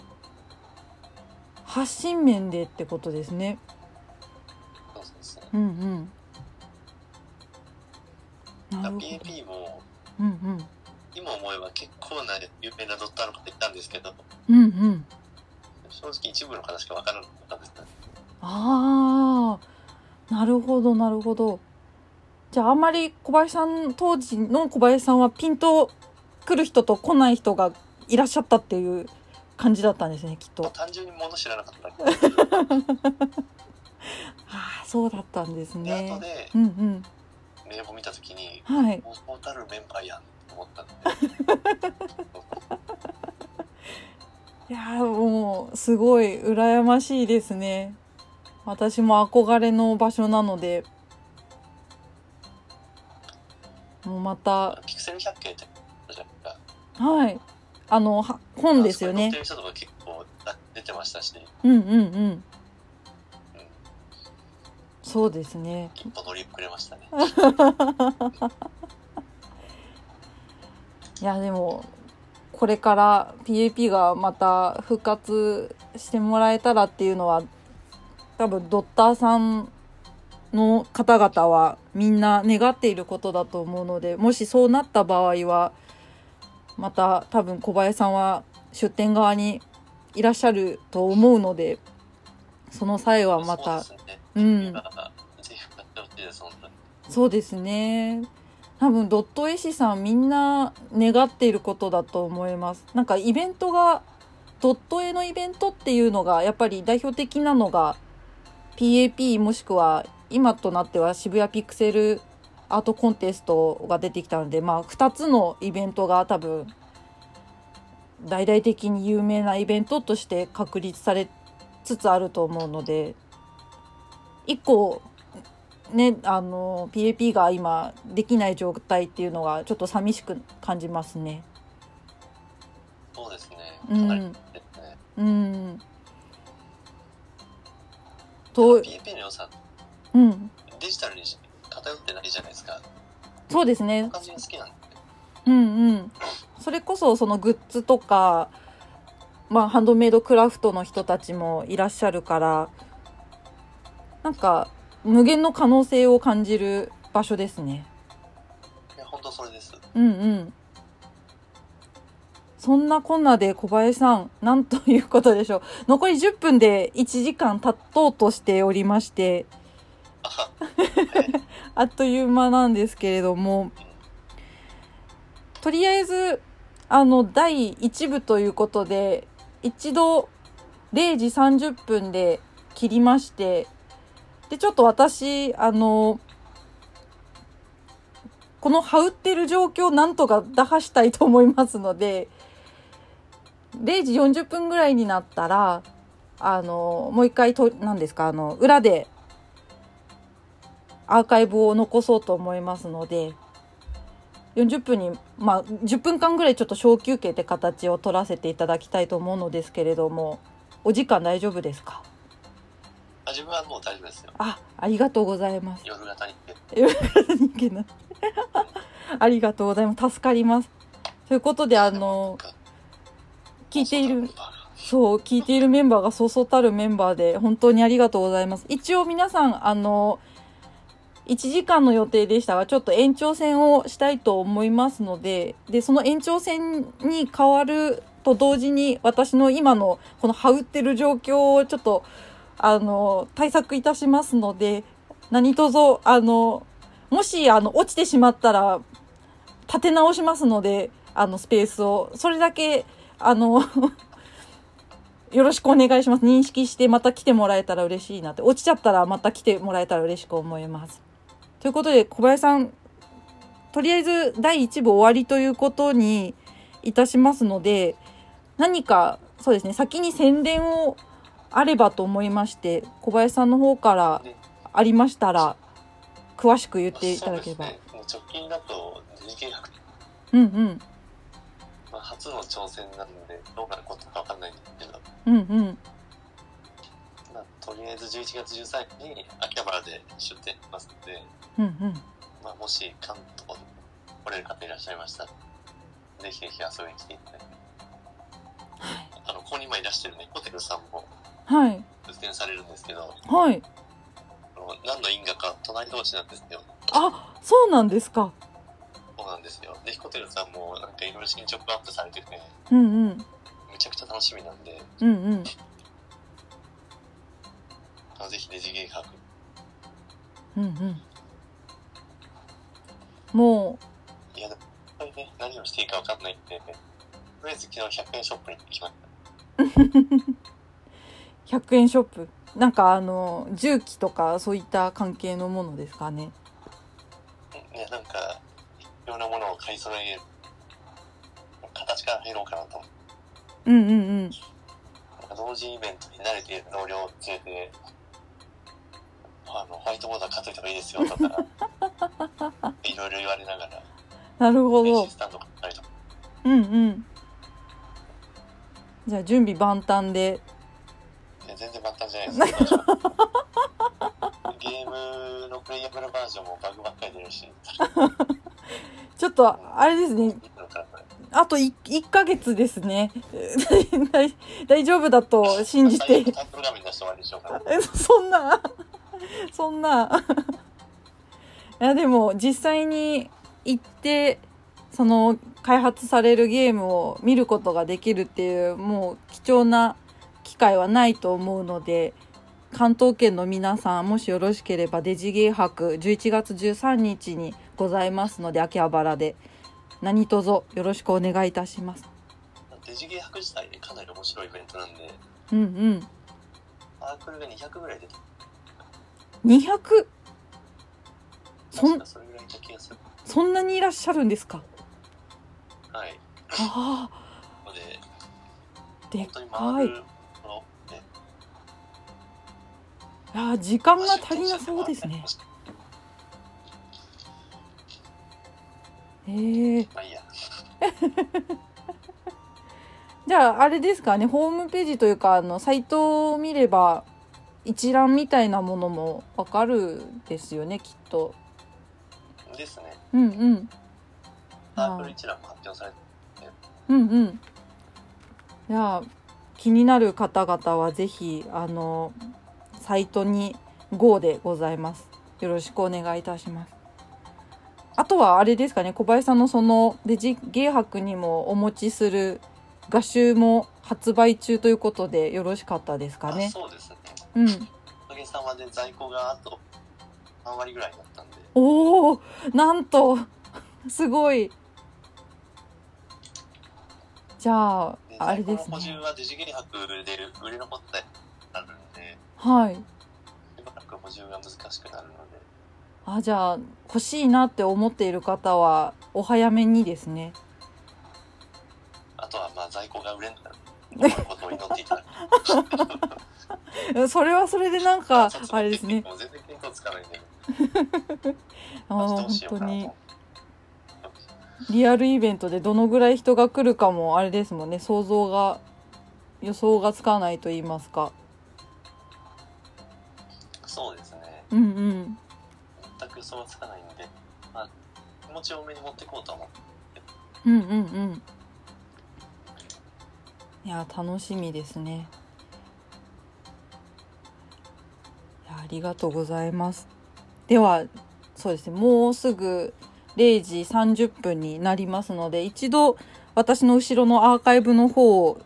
A: 発信面でってことですね
B: そうそうそう
A: うんうんな
B: だ
A: るほど
B: PAP も
A: うんうん
B: 今思えば結構な有名なドッターの方いたんですけど
A: うんうん
B: 正直一部の方しかわからなかったんですよね
A: ああなるほどなるほどじゃああんまり小林さん当時の小林さんはピンと来る人と来ない人がいらっしゃったっていう感じだったんですねきっと
B: まあ
A: あ
B: 単純に物知らなかっただけ
A: あーそうだったんです
B: で、後
A: ね
B: で
A: うんうん
B: 名簿見た時に
A: はい
B: もうそうたるメンバーやんって思ったんで
A: いやーもうすごい羨ましいですね私も憧れの場所なのでもうまた
B: ピクセル百景ってじゃあ
A: はいあのは本ですよね
B: あそこに載ってる人とか結構出てましたし
A: うんうんうんそうですね
B: 一歩乗り遅れましたね
A: いやでもこれから PAP がまた復活してもらえたらっていうのは多分ドッターさんの方々はみんな願っていることだと思うのでもしそうなった場合はまた多分小林さんは出店側にいらっしゃると思うのでその際はまた
B: そうですね
A: うん
B: 今ぜひ買ってほしいです本当に
A: そうですね多分ドット絵師さんみんな願っていることだと思いますなんかイベントがドット絵のイベントっていうのがやっぱり代表的なのが PAP もしくは今となっては渋谷ピクセルアートコンテストが出てきたのでまあ2つのイベントが多分大々的に有名なイベントとして確立されつつあると思うので1個ねあの PAP が今できない状態っていうのがちょっと寂しく感じますね。
B: そうですね。
A: う
B: か
A: ん
B: なりですね。
A: うん、と、
B: PAP の予算、
A: うん、
B: デジタルに偏ってないじゃないですか。
A: そうですね
B: 感じが好きなんで。
A: うんうん、それこそそのグッズとか、まあ、ハンドメイドクラフトの人たちもいらっしゃるからなんか無限の可能性を感じる場所ですね。
B: いや、本当それです。
A: うんうんそんなこんなで小林さん、なんということでしょう。 残り10分で1時間経とうとしておりまして、
B: あ
A: あっという間なんですけれども、とりあえず、あの、第1部ということで、一度0時30分で切りまして、で、ちょっと私、あの、この羽打ってる状況をなんとか打破したいと思いますので、0時40分ぐらいになったら、あの、もう一回と、何ですか、あの、裏でアーカイブを残そうと思いますので40分にまあ10分間ぐらいちょっと小休憩って形を取らせていただきたいと思うのですけれどもお時間大丈夫ですか
B: あ自分はもう大丈夫ですよ。
A: あありがとうございます
B: 夜型に行って。
A: いけないありがとうございます助かりますということであの聞いているそう聞いているメンバーがそうそうたるメンバーで本当にありがとうございます一応皆さんあの1時間の予定でしたがちょっと延長戦をしたいと思いますのででその延長戦に変わると同時に私の今のこの羽打ってる状況をちょっとあの対策いたしますので何卒あのもしあの落ちてしまったら立て直しますのであのスペースをそれだけあの よろしくお願いします認識してまた来てもらえたら嬉しいなって落ちちゃったらまた来てもらえたら嬉しく思いますということで小林さんとりあえず第1部終わりということにいたしますので何かそうですね先に宣伝をあればと思いまして小林さんの方から
B: で
A: ありましたら詳しく言っ
B: そう
A: て
B: で
A: い
B: す
A: ただければ。
B: ね。もう直近だと1900、
A: うんうん
B: まあ、初の挑戦なので、どうなることかわかんないんですけど、
A: うんうん
B: まあ、とりあえず11月13日に秋葉原で出店しますので、
A: うんうん
B: まあ、もし関東に来れる方いらっしゃいましたら、ぜひぜひ遊びに来ていただいて。あの、ここに今いらしてるね、ホテルさんも
A: はい
B: 出店されるんですけど、
A: はい
B: あの何の因果か隣同士なんですよ。
A: あそうなんですか
B: そうなんですよ。ぜひホテルさんもなんかいろいろ進捗アップされてて、
A: うんうん
B: めちゃくちゃ楽しみなんで、
A: うんうん
B: あのぜひデジゲー博
A: うんうんも
B: いや、でもやっぱりね、何をしていいか分かんないんで、とりあえず昨日100円ショップに行きまし
A: う100円ショップなんかあの重機とかそういった関係のものですかね
B: た。うんいや、なんか、必要なものを買い揃える、形から入ろうかなと思って。
A: うんうんうん
B: なんか同時イベントに慣れている同僚を連れて、あの、ホワイトボード買っといた方がいいですよとか、いろいろ言われながら、
A: なるほ
B: レ
A: ど
B: ジスタンド買ったりとか、
A: うんうんじゃあ準備万端で
B: いや全然バッタじゃないですか。ゲームのプレイヤブルバージョンもバグばっかり出るし、
A: ちょっとあれですね
B: いいのかな
A: あと 1, ヶ月ですね 大大丈夫だと信じて
B: タップル画面出して終わりにしようかな。
A: え そんなそん ないやでも実際に行ってその開発されるゲームを見ることができるっていうもう貴重な機会はないと思うので関東圏の皆さんもしよろしければデジゲー博11月13日にございますので秋葉原で何卒よろしくお願いいたします
B: デジゲー博自体ねかなり面白いイベントなんで
A: うんうん
B: サークルが200ぐらい出て
A: 200そん
B: 確かそれぐらいいた気がする
A: そんなにいらっしゃるんですか
B: はい
A: ああ
B: ので
A: でっ
B: 本当に回
A: か
B: るのね
A: いあー時間が足りなそうですねえー、
B: まあいいや
A: じゃああれですかねホームページというかあのサイトを見れば一覧みたいなものもわかるですよねきっと
B: ですね
A: うんうん
B: サー
A: あ
B: クル
A: ー
B: 一覧も発表されて
A: うんうんじゃあ気になる方々はぜひあのサイトに GO でございますよろしくお願いいたしますあとはあれですかね小林さんのそのデジ芸博にもお持ちする画集も発売中ということでよろしかったですか
B: あ
A: ね
B: そうですね
A: うん
B: おかげさまで在庫があと3割ぐらいだったんで
A: おおなんと すごいじゃあ
B: で
A: あれです
B: 在庫の補充
A: ね
B: はデジゲリ博で売れ残ったりあるんで
A: はい
B: しばらく補充が難しくなるので
A: あじゃあ欲しいなって思っている方はお早めにですね
B: あとはまあ在庫が売れんな ることを祈っていただく
A: それはそれでなん かあれですね
B: もう全然見当つかないんで
A: あ
B: マ
A: の
B: ジど
A: 本
B: うしよ
A: 当
B: うかな
A: にリアルイベントでどのぐらい人が来るかもあれですもんね想像が予想がつかないと言いますか
B: そうですね
A: うんうん
B: 全くそうつかないんで、まあ、気持ちを多めに持っていこうとは思って
A: うんうんうんいや楽しみですねいやありがとうございますではそうですねもうすぐ0時30分になりますので一度私の後ろのアーカイブの方を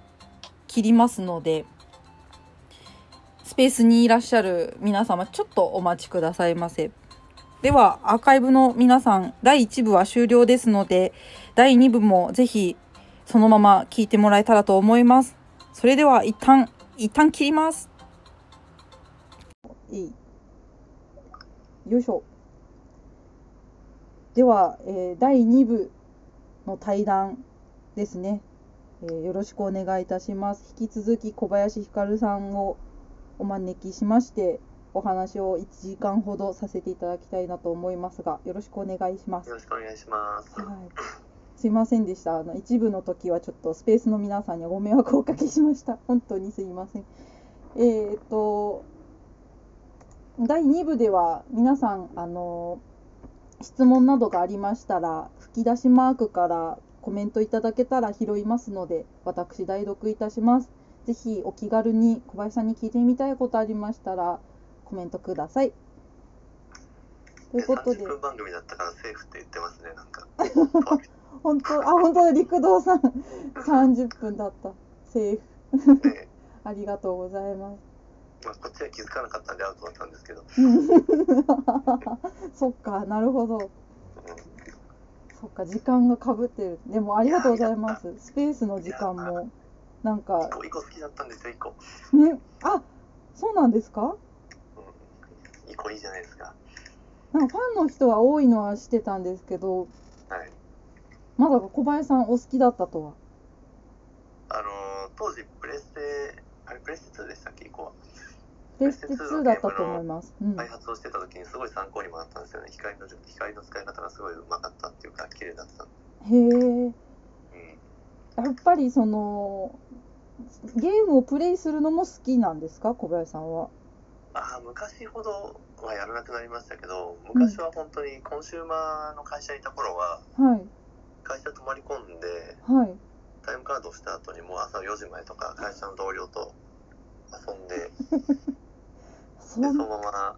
A: 切りますのでスペースにいらっしゃる皆様ちょっとお待ちくださいませではアーカイブの皆さん第1部は終了ですので第2部もぜひそのまま聞いてもらえたらと思いますそれでは一旦一旦切りますよいしょでは、えー第2部の対談ですね、えーよろしくお願いいたします引き続き小林ひかるさんをお招きしましてお話を1時間ほどさせていただきたいなと思いますがよろしくお願いします
B: よろしくお願いします
A: はい、すいませんでしたあの一部の時はちょっとスペースの皆さんにはご迷惑をおかけしました本当にすいませんえーっと第2部では皆さんあの質問などがありましたら吹き出しマークからコメントいただけたら拾いますので私代読いたしますぜひお気軽に小林さんに聞いてみたいことありましたらコメントくださいということで
B: 30分番組だったからセーフって言ってますねなん か
A: 本当あ本当だ陸道さん30分だったセーフ
B: で、
A: ありがとうございます
B: まあ、こっちは気づかなかったんでアウトだったんですけど、
A: そっかなるほどそっか時間がかぶってるでもありがとうございますスペースの時間もなん
B: 1
A: か
B: 個一個好きだったんですよ1個、
A: ねあそうなんですか
B: うん、1個いいじゃないですか
A: なんかファンの人は多いのはしてたんですけど
B: はい
A: まだ小林さんお好きだったとは
B: あのー当時プレステあれプレステ2でしたっけ以降は
A: レステ2だったと思いますうん
B: 開発をしてた時にすごい参考にもなったんですよね光の光の使い方がすごいうまかったっていうか綺麗だった、
A: へえ
B: うん、
A: やっぱりそのゲームをプレイするのも好きなんですか小林さんは
B: あー昔ほどはやらなくなりましたけど昔は本当にコンシューマーの会社にいた頃は
A: はい
B: 会社泊まり込んで
A: はい
B: タイムカードをした後にもう朝4時前とか会社の同僚と遊んでで
A: そ
B: そ
A: ん
B: のまま
A: は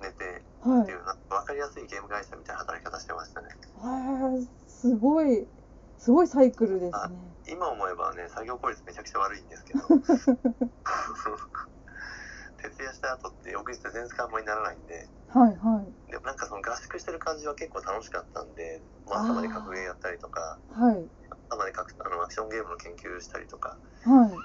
B: 寝て
A: いは
B: って
A: い
B: いうな分かりやすいゲーム会社みたいな働き方してましたね
A: はいすごいすごいサイクルですね
B: 今思えばね作業効率めちゃくちゃ悪いんですけどで徹夜した後って翌日って全然あんまりならないんで、
A: はいはい
B: でもなんかその合宿してる感じは結構楽しかったんで、まあ、朝まで格ゲーやったりとか、
A: はい
B: 朝まで格あのアクションゲームの研究したりとか、
A: はい
B: うん、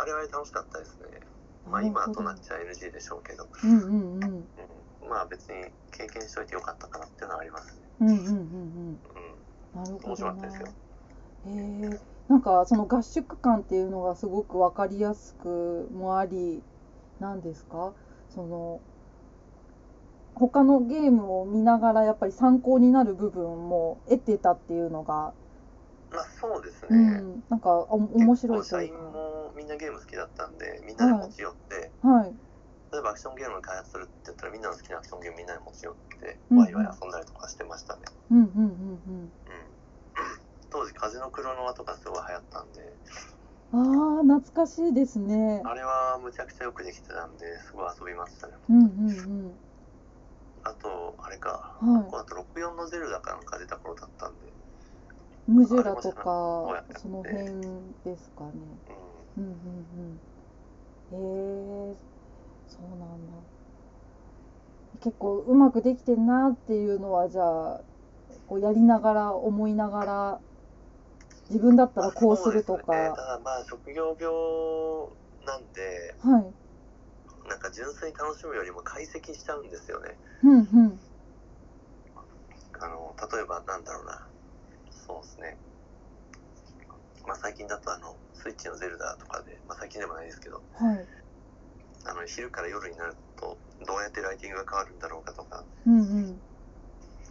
B: あれはあれ楽しかったですね。まあ、
A: なる
B: 今
A: ほど
B: となっちゃ NG でしょうけど、
A: うんうんうん
B: うん、まあ別に経験しといてよかったかなっていうのはありますね。
A: うんうんうん
B: う
A: うんなる
B: 面
A: ほ
B: 白
A: ど
B: かっ
A: な
B: たですよ
A: えー、なんかその合宿感っていうのがすごく分かりやすくもありなんですかその他のゲームを見ながらやっぱり参考になる部分も得てたっていうのが、
B: ん、まあそうですね。
A: うん、なんかお面白い
B: 結構
A: と
B: 社
A: いう
B: 員
A: か。
B: もみんなゲーム好きだったんで、みんなで持ち寄って、
A: はい、
B: 例えばアクションゲームの開発するって言ったらみんなの好きなアクションゲームみんなで持ち寄って、
A: うん
B: ワイワイ遊んだりとかしてましたね。
A: うんうんうん
B: うん、当時風のクロノワとかすごい流行ったんで、
A: うん。ああ懐かしいですね。
B: あれはむちゃくちゃよくできてたんで、すごい遊びましたね。
A: うんうん
B: あと、あれか、
A: うん。はい。
B: こうあと64のゼルダかなんか出た頃だったんで、
A: ムジュラとか
B: やって
A: その辺ですかね。
B: う
A: うんうんうん。へえそうなんだ。結構うまくできてんなっていうのはじゃあこうやりながら思いながら自分だった
B: ん
A: らこうすると
B: そうですねた
A: か。
B: だまあ職業病なんで
A: はい。
B: なんか純粋に楽しむよりも解析しちゃうんですよね
A: うんうん。
B: あの例えばなんだろうなそうですねまあ最近だとあのスイッチのゼルダとかで、まあ、最近でもないですけど
A: はい。
B: あの昼から夜になるとどうやってライティングが変わるんだろうかとか
A: うんうん。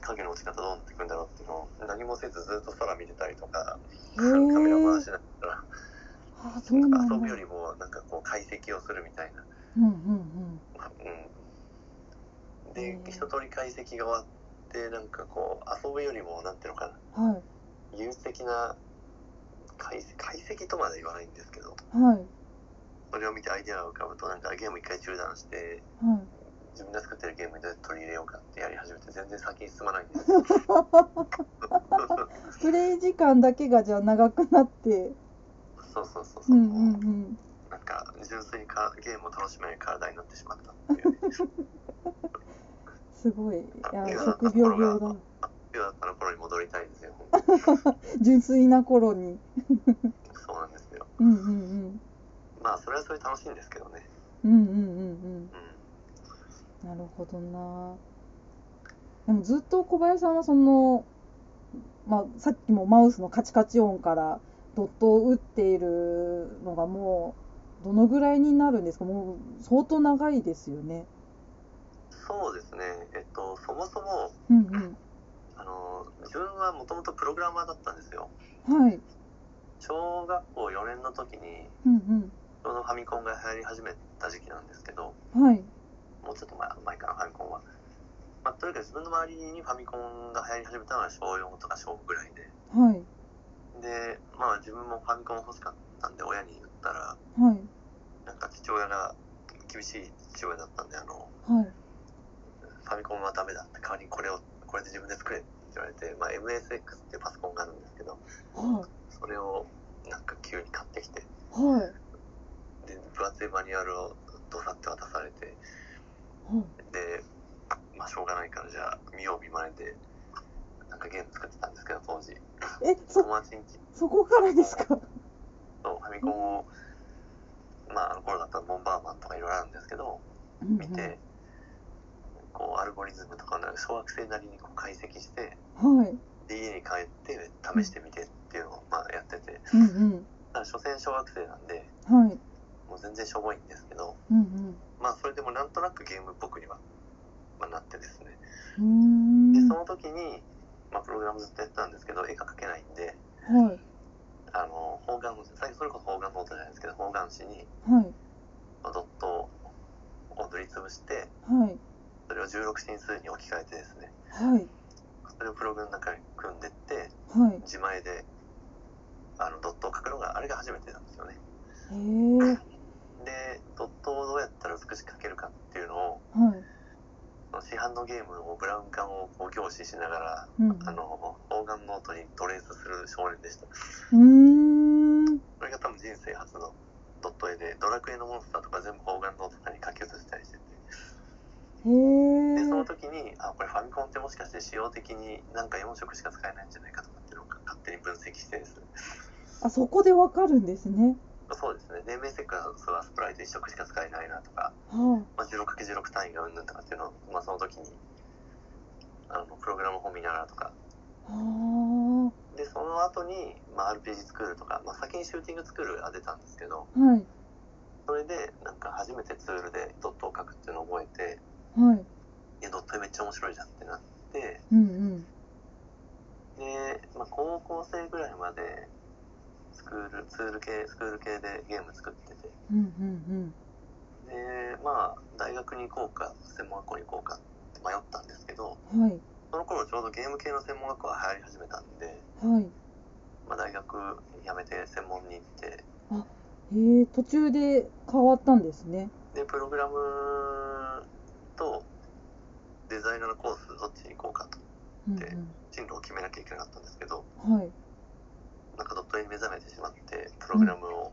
B: 影の落ち方どうなってくんだろうっていうのを何もせずずっと空見てたりとか
A: へ
B: カメラ回
A: ー
B: しながら
A: あそう
B: な
A: なん
B: ん
A: だ。
B: か
A: うん
B: 遊ぶ
A: う
B: よ
A: ん
B: りもなんかこう解析をするみたいな
A: うん。
B: うん、
A: う
B: で
A: ん
B: 一通り解析が終わってなんかこう遊ぶよりもなんていうのかな
A: は
B: 有機的な解析解析とまでは言わないんですけど
A: いはい
B: それを見てアイデアが浮かぶとなんかゲーム一回中断して
A: はい。
B: 自分で作ってるゲームにどうやって取り入れようかってやり始めて全然先に進まないんで すよ
A: プレイ時間だけがじゃあ長くなって。
B: そうそうそうそうう、
A: んうんうん。
B: なんか純粋にかゲームを楽しめない体になってしまったっていうね
A: すごい。いや
B: いや
A: 職業病だ。
B: 今だったの頃に戻りたいんですよ本
A: 純粋な頃に。
B: 当にそうなんですよ
A: うんうんうん。
B: まあそれはそれで楽しいんですけどね
A: うんうんうん
B: うん
A: うん。なるほどな。でもずっと小林さんはその、まあ、さっきもマウスのカチカチ音からドットを打っているのがもうどのぐらいになるんですかもう相当長いですよね。
B: そうですね、えっと、そもそも
A: うん
B: あの自分はもともとプログラマーだったんですよ。
A: うん。はい。
B: 小学校4年の時に、
A: うん
B: ちょうどファミコンが流行り始めた時期なんですけど、
A: うん。はい。
B: もうちょっと前前かな、ファミコンは。まあ、とにかく自分の周りにファミコンが流行り始めたのは小4とか小5ぐらいで、
A: はい。
B: で、まあ、自分もファミコン欲しかったんで、親に言ったら、
A: はい。
B: なんか父親が厳しい父親だったんで、あの
A: はい。
B: ファミコンはダメだって、代わりにこれを、これで自分で作れって言われて、まあ、MSX っていうパソコンがあるんですけど、
A: は
B: それをなんか急に買ってきて
A: い。はい。はい。
B: で分厚いマニュアルをどさって渡されてでまあしょうがないからじゃあ見よう見まねでなんかゲーム作ってたんですけど当時
A: え、そ、
B: 友達にち
A: そこからですか
B: とファミコンをまああの頃だったらボンバーマンとかいろいろあるんですけど
A: 見
B: 見てこうアルゴリズムとかの小学生なりにこう解析して
A: はい。
B: で家に帰って試してみてっていうのをまあやってて
A: うん
B: ただ所詮小学生なんで
A: うん。はい。
B: もう全然しょぼいんですけど
A: うん
B: まあそれでもなんとなくゲームっぽくには、まあ、なってですね
A: うん。う
B: で
A: ーん。
B: その時に、まあ、プログラムずっとやってたんですけど絵が描けないんで
A: はい。
B: あの方眼最初それこそ方眼ノートじゃないですけど方眼紙に
A: はい。
B: まあドットを塗りつぶして
A: はい。
B: それを16進数に置き換えてですね
A: はい。
B: それをプログラムの中に組んでって
A: はい。
B: 自前であのドットを描くのがあれが初めてなんですよね
A: へえ。
B: でドットをどうやったら美しく描けるかっていうのを
A: はい。
B: その市販のゲームをブラウン管をこう凝視しながら
A: うん。
B: あの、オーガンノートにトレースする少年でした。
A: うーん。
B: それが多分人生初のドット絵で、ドラクエのモンスターとか全部オーガンノートでして仕様的になんか4色しか使えないんじゃないかとかっていうのを勝手に分析してですね
A: あそこでわかるんですね。
B: そうですね年齢セクエンスはスプライト1色しか使えないなとか、
A: は
B: まあ、16×16 単位がうんぬんとかっていうのを、まあ、その時にあのプログラム本見ながらとか
A: あ。は
B: でその後に、まあ、RPG スクールとか、まあ、先にシューティングスクールが出たんですけど
A: あ。はい。
B: それでなんか初めてツールでドットを書くっていうのを覚えて
A: はい。
B: いやドット絵めっちゃ面白いじゃんってなって
A: うん
B: で、まあ、高校生ぐらいまでスクールツール系スクール系でゲーム作ってて
A: うん。うんうん
B: でまあ大学に行こうか専門学校に行こうかって迷ったんですけど
A: うん。はい。
B: その頃ちょうどゲーム系の専門学校が流行り始めたんで、
A: はい。
B: まあ、大学辞めて専門に行って
A: えー、途中で変わったんですね。
B: でプログラムとデザイナーのコースどっちに行こうかと
A: うん
B: で
A: う
B: 進路を決めなきゃいけなかったんですけど
A: ん。はい。
B: なんかドット絵に目覚めてしまってプログラムを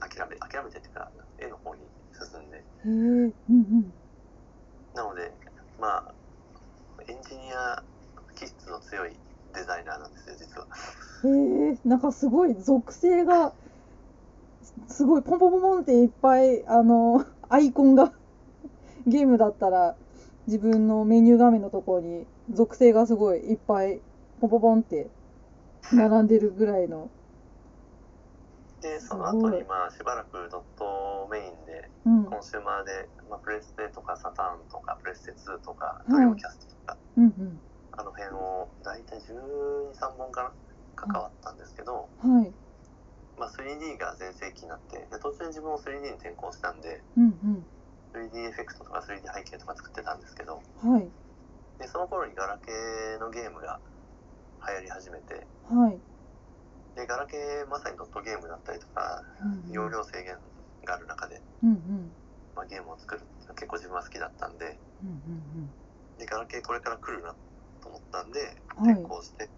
B: 諦め諦めてっていうか絵の方に進んで
A: へえ。うんうん。
B: なのでまあエンジニア気質の強いデザイナーなんですよ実は。
A: へえなんかすごい属性がすごいポンポンポンポンっていっぱいあの アイコンがゲームだったら自分のメニュー画面のところに属性がすごいいっぱいポンポンポンって並んでるぐらいの
B: ですそ
A: ごい
B: の後にまあしばらくドットメインで
A: うんうん
B: コンシューマーで、まあ、プレステとかサターンとかプレステ2とか
A: うん
B: ドリームキャストとか、
A: うん
B: あの辺を大体123本かな関わったんですけど、
A: はい
B: まあ、3D が全盛期になってで途中で自分も 3D に転向したんで
A: うん
B: 3D エフェクトとか 3D 背景とか作ってたんですけど
A: うんはい
B: でその頃にガラケーのゲームが流行り始めて
A: はい
B: でガラケーまさにドットゲームだったりとか
A: うん
B: 容量制限がある中で、
A: うんうん
B: まあ、ゲームを作るっていうのは結構自分は好きだったんで。
A: うん
B: でガラケーこれから来るなと思ったんで
A: はい
B: 転校して、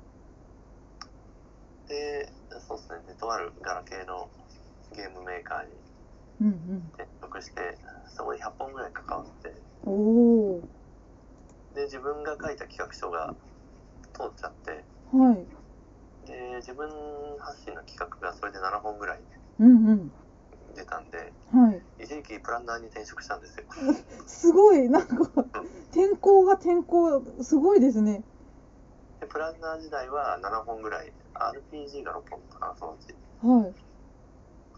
B: でそうですねでとあるガラケーのゲームメーカーに
A: うんうんうん
B: 転職してそこで100本ぐらい関わって
A: うんおお
B: で自分が書いた企画書が通っちゃって
A: はい
B: で自分発信の企画がそれで7本ぐらい
A: うんうん
B: 出たんで
A: はい
B: 一時期プランナーに転職したんですよ
A: すごいなんか天候が天候すごいですね。
B: でプランナー時代は7本ぐらい RPG が6本とかなそのうち
A: は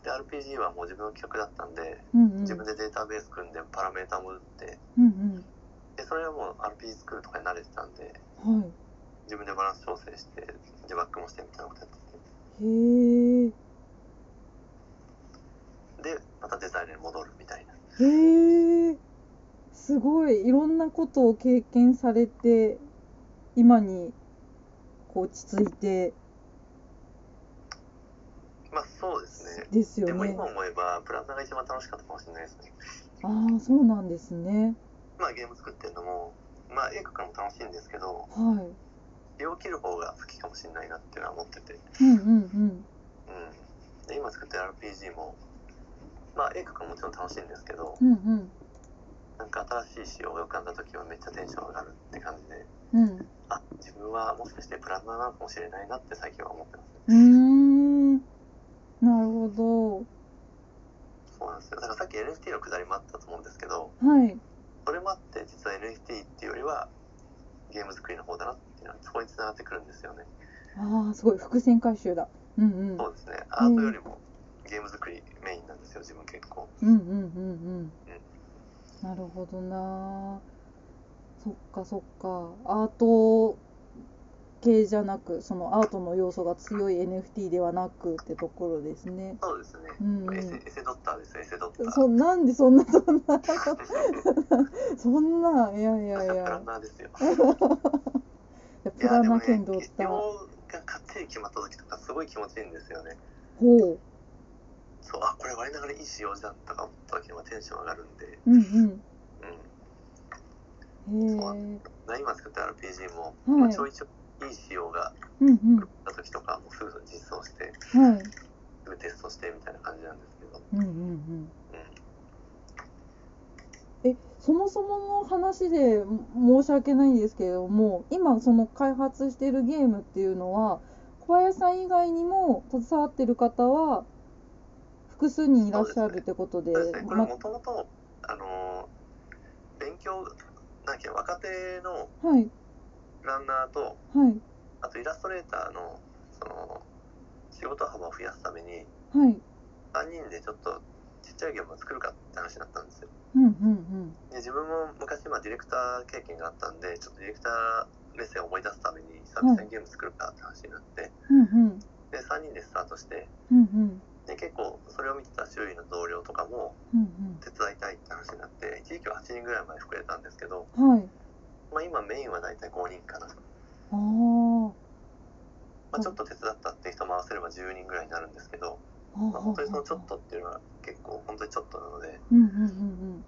B: で RPG はもう自分の企画だったんで
A: い。うんうん。
B: 自分でデータベース組んでパラメータも打って
A: うん
B: でそれはもう RPG 作るとかに慣れてたんで
A: うん。はい。
B: 自分でバランス調整してデバッグもしてみたいなことやって
A: へえ。
B: てでまたデザインに戻るみたいな
A: へえ。すごいいろんなことを経験されて今にこう落ち着いて
B: まあそうですね
A: ですよ
B: でも
A: ね
B: 今。思えばプランナーが一番楽しかったかもしれないですね
A: ああそうなんですね。
B: まあゲーム作ってるのもまあ絵描くのも楽しいんですけど
A: は
B: 絵を切る方が好きかもしれないなっていうのは思ってて
A: い。うんうん
B: うんで今作ってる RPG もまあ絵描くのももちろん楽しいんですけど
A: うん。うん
B: なんか新しい仕様が浮かんだ時はめっちゃテンション上がるって感じで
A: うん。うん。
B: あ自分はもしかしてプランナーなのかもしれないなって最近は思ってます
A: うーん。なるほ
B: そうなんですよだからさっき NFT のくだりもあったと思うんですけど
A: ど。はい。
B: それもあって実は NFT っていうよりはゲーム作りの方だなっていうのはそこにつながってくるんですよね、
A: ああすごい伏線回収だ。うんうん。
B: そうですねアートよりもゲーム作りメインなんですよ自分結構
A: うんうんうんうん。なるほどな。そっかそっか。アート系じゃなく、そのアートの要素が強い NFT ではなくってところですね。
B: そうですね、
A: うんうん
B: エセエセドッターですエセドッター
A: そなんでそんなそんな そんないやいやい
B: プラ
A: や
B: ン。ナーですよい
A: プ
B: や
A: ラ
B: でも
A: ナ
B: ね
A: 剣道っ
B: 起
A: た。ほ
B: 業が勝手に決まった時とかすごい気持ちいいんですよね
A: う。
B: そうあこれ割りながらいい仕様じゃんとか思った時はテンション上がるんで
A: うん
B: うん
A: うん。へえ。
B: 今作った RPG も、
A: はい
B: まあ、ちょいちょいいい仕様が
A: うんうん。
B: 来た時とかもうすぐ実装して
A: はい。
B: すぐテストしてみたいな感じなんですけど、
A: うんうんうん。
B: う
A: え、そもそもの話で申し訳ないんですけれども今その開発しているゲームっていうのは小林さん以外にも携わってる方は複数人いらっしゃるってことで
B: そうですね、これ
A: ま
B: もともと、あのー勉強、なんだっけ、若手の
A: はい
B: ランナーと、
A: はい
B: あとイラストレーターの、その、仕事幅を増やすために、
A: はい
B: 3人でちょっとちっちゃいゲームを作るかって話になったんですよ。
A: うんうん
B: で自分も昔、まあ、ディレクター経験があったんで、ちょっとディレクター目線を思い出すために、久々にゲーム作るかって話になって、
A: うんうんうん
B: で、3人でスタートして、
A: うんうん
B: で、結構、それを見てた周囲の同僚とかも、
A: うん
B: 手伝いたいって話になって、一時期は8人ぐらいまで膨れたんですけど、
A: うんはい
B: まあ、今メインは大体5人かな。
A: ああ
B: まあ、ちょっと手伝ったっていう人も合わせれば10人ぐらいになるんですけど、まあ、本当にそのちょっとっていうのは結構本当にちょっとなので
A: うんうんうん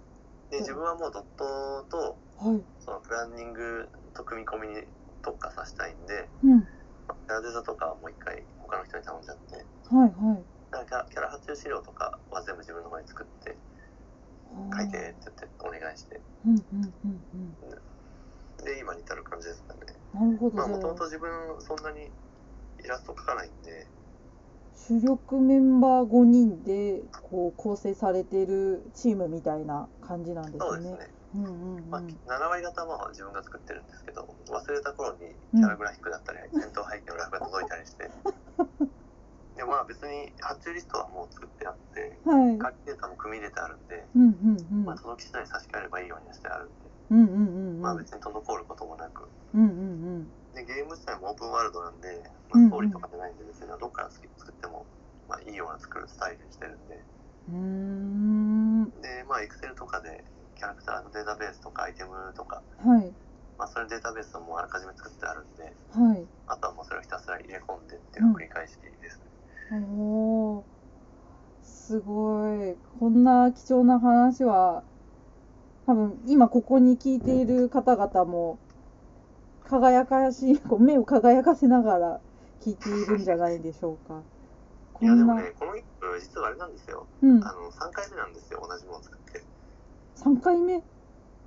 B: で自分はもうドットと
A: うんはい
B: そのプランニングと組み込みに特化させたいんで、
A: うん
B: まあ、キャラデザとかはもう一回他の人に頼んじゃって
A: はいはい
B: だからキャラキャラ発注資料とかは全部自分の前で作って
A: あー
B: 書いてって言ってお願いして
A: うんうんうんうん
B: で今に至る感じですかね
A: なるほど
B: まあ
A: じ
B: もと
A: ゃ
B: もと
A: あ
B: 自分そんなにイラスト描かないんで
A: 主力メンバー5人でこう構成されてるチームみたいな感じなんで
B: そう
A: す
B: です
A: ね
B: ね。
A: うんうんうん
B: まあ、7割方は自分が作ってるんですけど忘れた頃にキャラグラフィックだったり戦闘背景のグラフが届いたりしてでまあ別に発注リストはもう作ってあって
A: はい。
B: 楽器データも組み入れてあるんで、
A: うんうんうん。
B: まあ、届き次第差し替えればいいようにしてあるんで、
A: うんうんうんうん。
B: まあ、別に滞ることもなく
A: うんうん
B: でゲーム自体もオープンワールドなんで、
A: うんうん
B: まあ、ストーリーとかじゃないんで別にどっから作っても、まあ、いいような作るスタイルにしてるんで
A: うん。う
B: でまあエクセルとかでキャラクターのデータベースとかアイテムとか、
A: ーん。はい。
B: まあ、それデータベースをもうあらかじめ作ってあるんで
A: はい。
B: あとはもうそれをひたすら入れ込んでっていうのを繰り返しですね。
A: おー。すごい。こんな貴重な話は、多分今ここに聞いている方々も、輝かしい、こう目を輝かせながら聞いているんじゃないでしょうか。こ
B: いやで
A: ん
B: も
A: な、
B: ね、この一部実はあれなんですよ。
A: うん。
B: あの、3回目なんですよ、同じものを作って。
A: 3回目。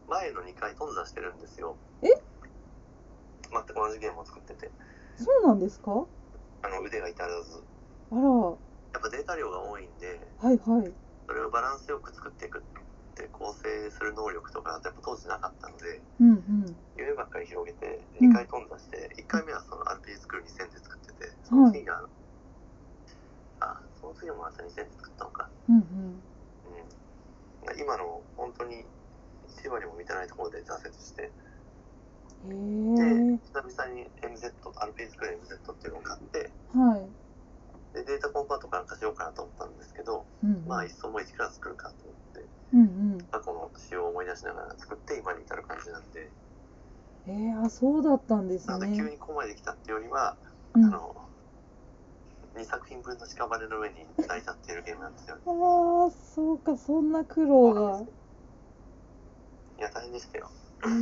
B: 前の2回頓挫してるんですよ。
A: え
B: 全く同じゲームを作ってて。
A: そうなんですか
B: あの、腕が至らず。
A: あら、は
B: やっぱデータ量が多いんで、
A: いはい。
B: それをバランスよく作っていくって構成する能力とか、やっぱ当時なかったので、
A: うんうん。
B: 夢ばっかり広げて、
A: うん
B: 2回頓挫して、1回目はその RPG 作る2000で作ってて、その次が、あ、その次もまた2000で作ったのか。
A: うんうん。
B: うん、今の本当に1割も満たないところで挫折して、
A: へえ
B: で久
A: ー、
B: 々に MZ、RP 作る MZ っていうのを買って、
A: はい。
B: でデータコンパートから化しようかなと思ったんですけど、
A: うん、
B: まあ、一層も一から作るかと思って、
A: うんうん。
B: 過去の仕様を思い出しながら作って、今に至る感じなんで、
A: えー、あ、そうだったんです
B: なので、急
A: ね。
B: にここまで来たっていうよりは、
A: うん、
B: あ
A: あ
B: の、2作品分の屍の上に泣いちゃっているゲームなんですよ。
A: あー、そうか、そんな苦労が。
B: いや、大変でしたよ。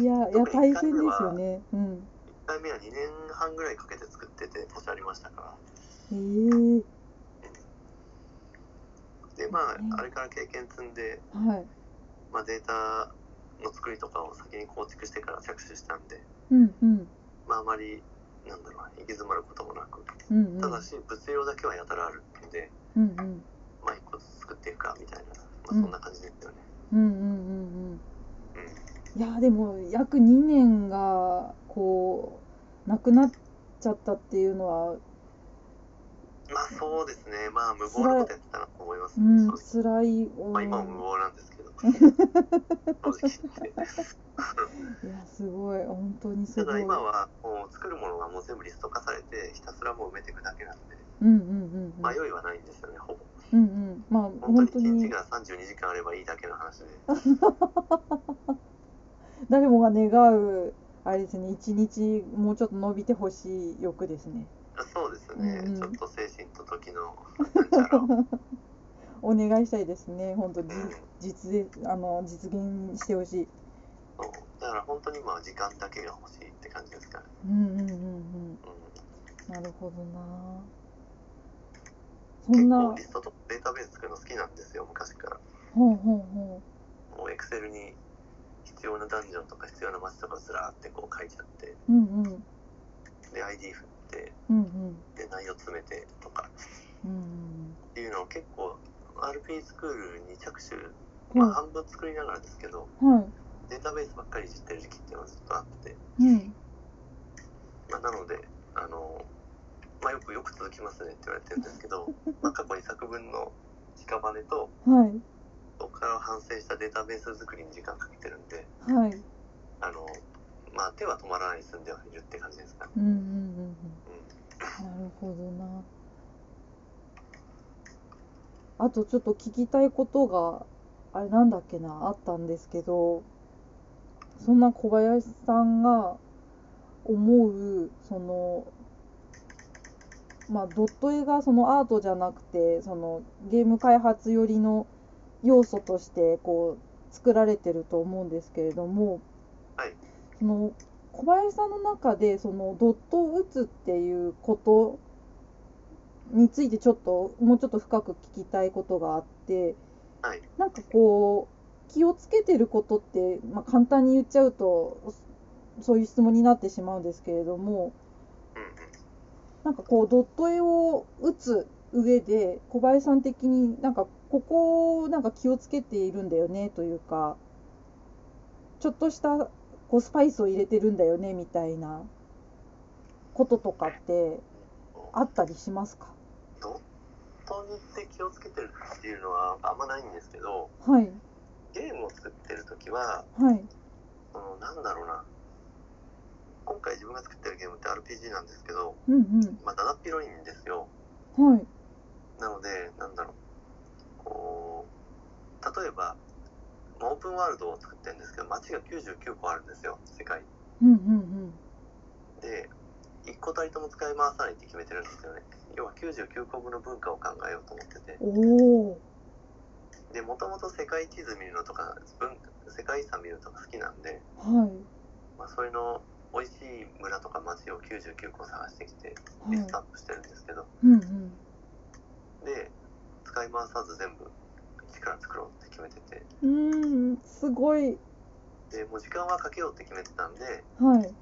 A: いや、いや、
B: 特に
A: 大変
B: 一
A: です
B: 回目は
A: よね。うん。
B: 1回目は2年半ぐらいかけて作ってて、年ありましたから。
A: えー、
B: でま
A: うん
B: ああれから経験積んで、
A: はい。
B: まあ、データの作りとかを先に構築してから着手したんで、
A: うんうん。
B: まあ、あまりなんだろうな行き詰まることもなく
A: うんうん。
B: ただし物量だけはやたらあるんで、
A: うんうん。
B: まあ一個ずつ作っていくかみたいな、まあ、そ
A: うん
B: んな感じですよね、
A: うんうんうんうん。
B: うん
A: いや、でも、約2年が、こう、なくなっちゃったっていうのは、
B: まあそうですねまあ無謀なことやってたなと思います
A: う
B: ね、
A: ん、
B: 正直
A: 辛い思い。
B: まあ今も無謀なんで すけど正直言って
A: いや、すごい、本当にす
B: た
A: ご
B: だ
A: い。
B: 今はもう作るものはもう全部リスト化されてひたすらもう埋めていくだけなんで
A: うんうんうんうん。
B: 迷いはないんですよねほぼ
A: うんうん。まあ、本
B: 本
A: 当
B: 当に1
A: に
B: 日。が32時間あればいいだけの話で、
A: 誰もが願うあれですね一日もうちょっと伸びてほしい欲ですね
B: そうですね、
A: うんうん
B: ちょっと精神と時のなんちゃらを、うん、
A: お願いしたいですね本当に
B: そう
A: 実現あの実現してほしい
B: だから本当に今は時間だけが欲しいって感じですから、
A: うんうんうんうん
B: う
A: なるほどなそ
B: ん、結
A: んな
B: 構リストとデータベース作るの好きなんですよ昔から
A: ほうほうほ
B: もうエクセルに必要なダンジョンとか必要な街とかずらーってこう書いてあって
A: うんうん
B: で ID 振って
A: うんうん
B: で内容詰めてとか
A: うん
B: っていうのを結構 RP スクールに着手、
A: うん
B: まあ、半分作りながらですけど
A: は
B: データベースばっかりいじってる時期っていうのはずっとあって、
A: いうん
B: まあ、なのであの、まあ、よくよく続きますねって言われてるんですけ ど、まあ、過去に作文の屍と
A: はい
B: そこから反省したデータベース作りに時間かけてるんで
A: はい
B: あの、まあ、手は止まらないで済んではいるって感じですかね。
A: うんうんうん
B: うん
A: うんなるほどなあとちょっと聞きたいことがあれなんだっけなあったんですけどそんな小林さんが思うそのまあドット絵がそのアートじゃなくてそのゲーム開発寄りの要素としてこう作られてると思うんですけれども、
B: はい
A: その小林さんの中でそのドットを打つっていうことについてちょっともうちょっと深く聞きたいことがあって、
B: はい
A: なんかこう気をつけてることって、まあ、簡単に言っちゃうとそそういう質問になってしまうんですけれども
B: うんうん
A: なんかこうドット絵を打つ上で小林さん的になんかここをなんか気をつけているんだよねというかちょっとしたこうスパイスを入れてるんだよねみたいなこととかってあったりしますか
B: ドットにって気をつけてるっていうのはあんまないんですけど
A: はい
B: ゲームを作ってる時は
A: はい
B: そのなんだろうな今回自分が作ってるゲームって RPG なんですけど、
A: うん
B: まあ、だだっ広いんですよ
A: うんはい
B: なのでなんだろうこう例えば、まあオープンワールドを作ってるんですけど街が99個あるんですよ世界
A: うんうん
B: で1個たりとも使い回さないって決めてるんですよね要は99個分の文化を考えようと思ってて
A: うんおお
B: でもともと世界地図見るのとか文世界遺産見るのとか好きなんで、
A: はい
B: まあ、それの美味しい村とか町を99個探してきて
A: は
B: リ
A: い
B: ストアップしてるんですけど、
A: うんうん
B: で使い回さず全部一から作ろうって決めてて
A: うーん、すごい。
B: でもう時間はかけようって決めてたんで
A: はい。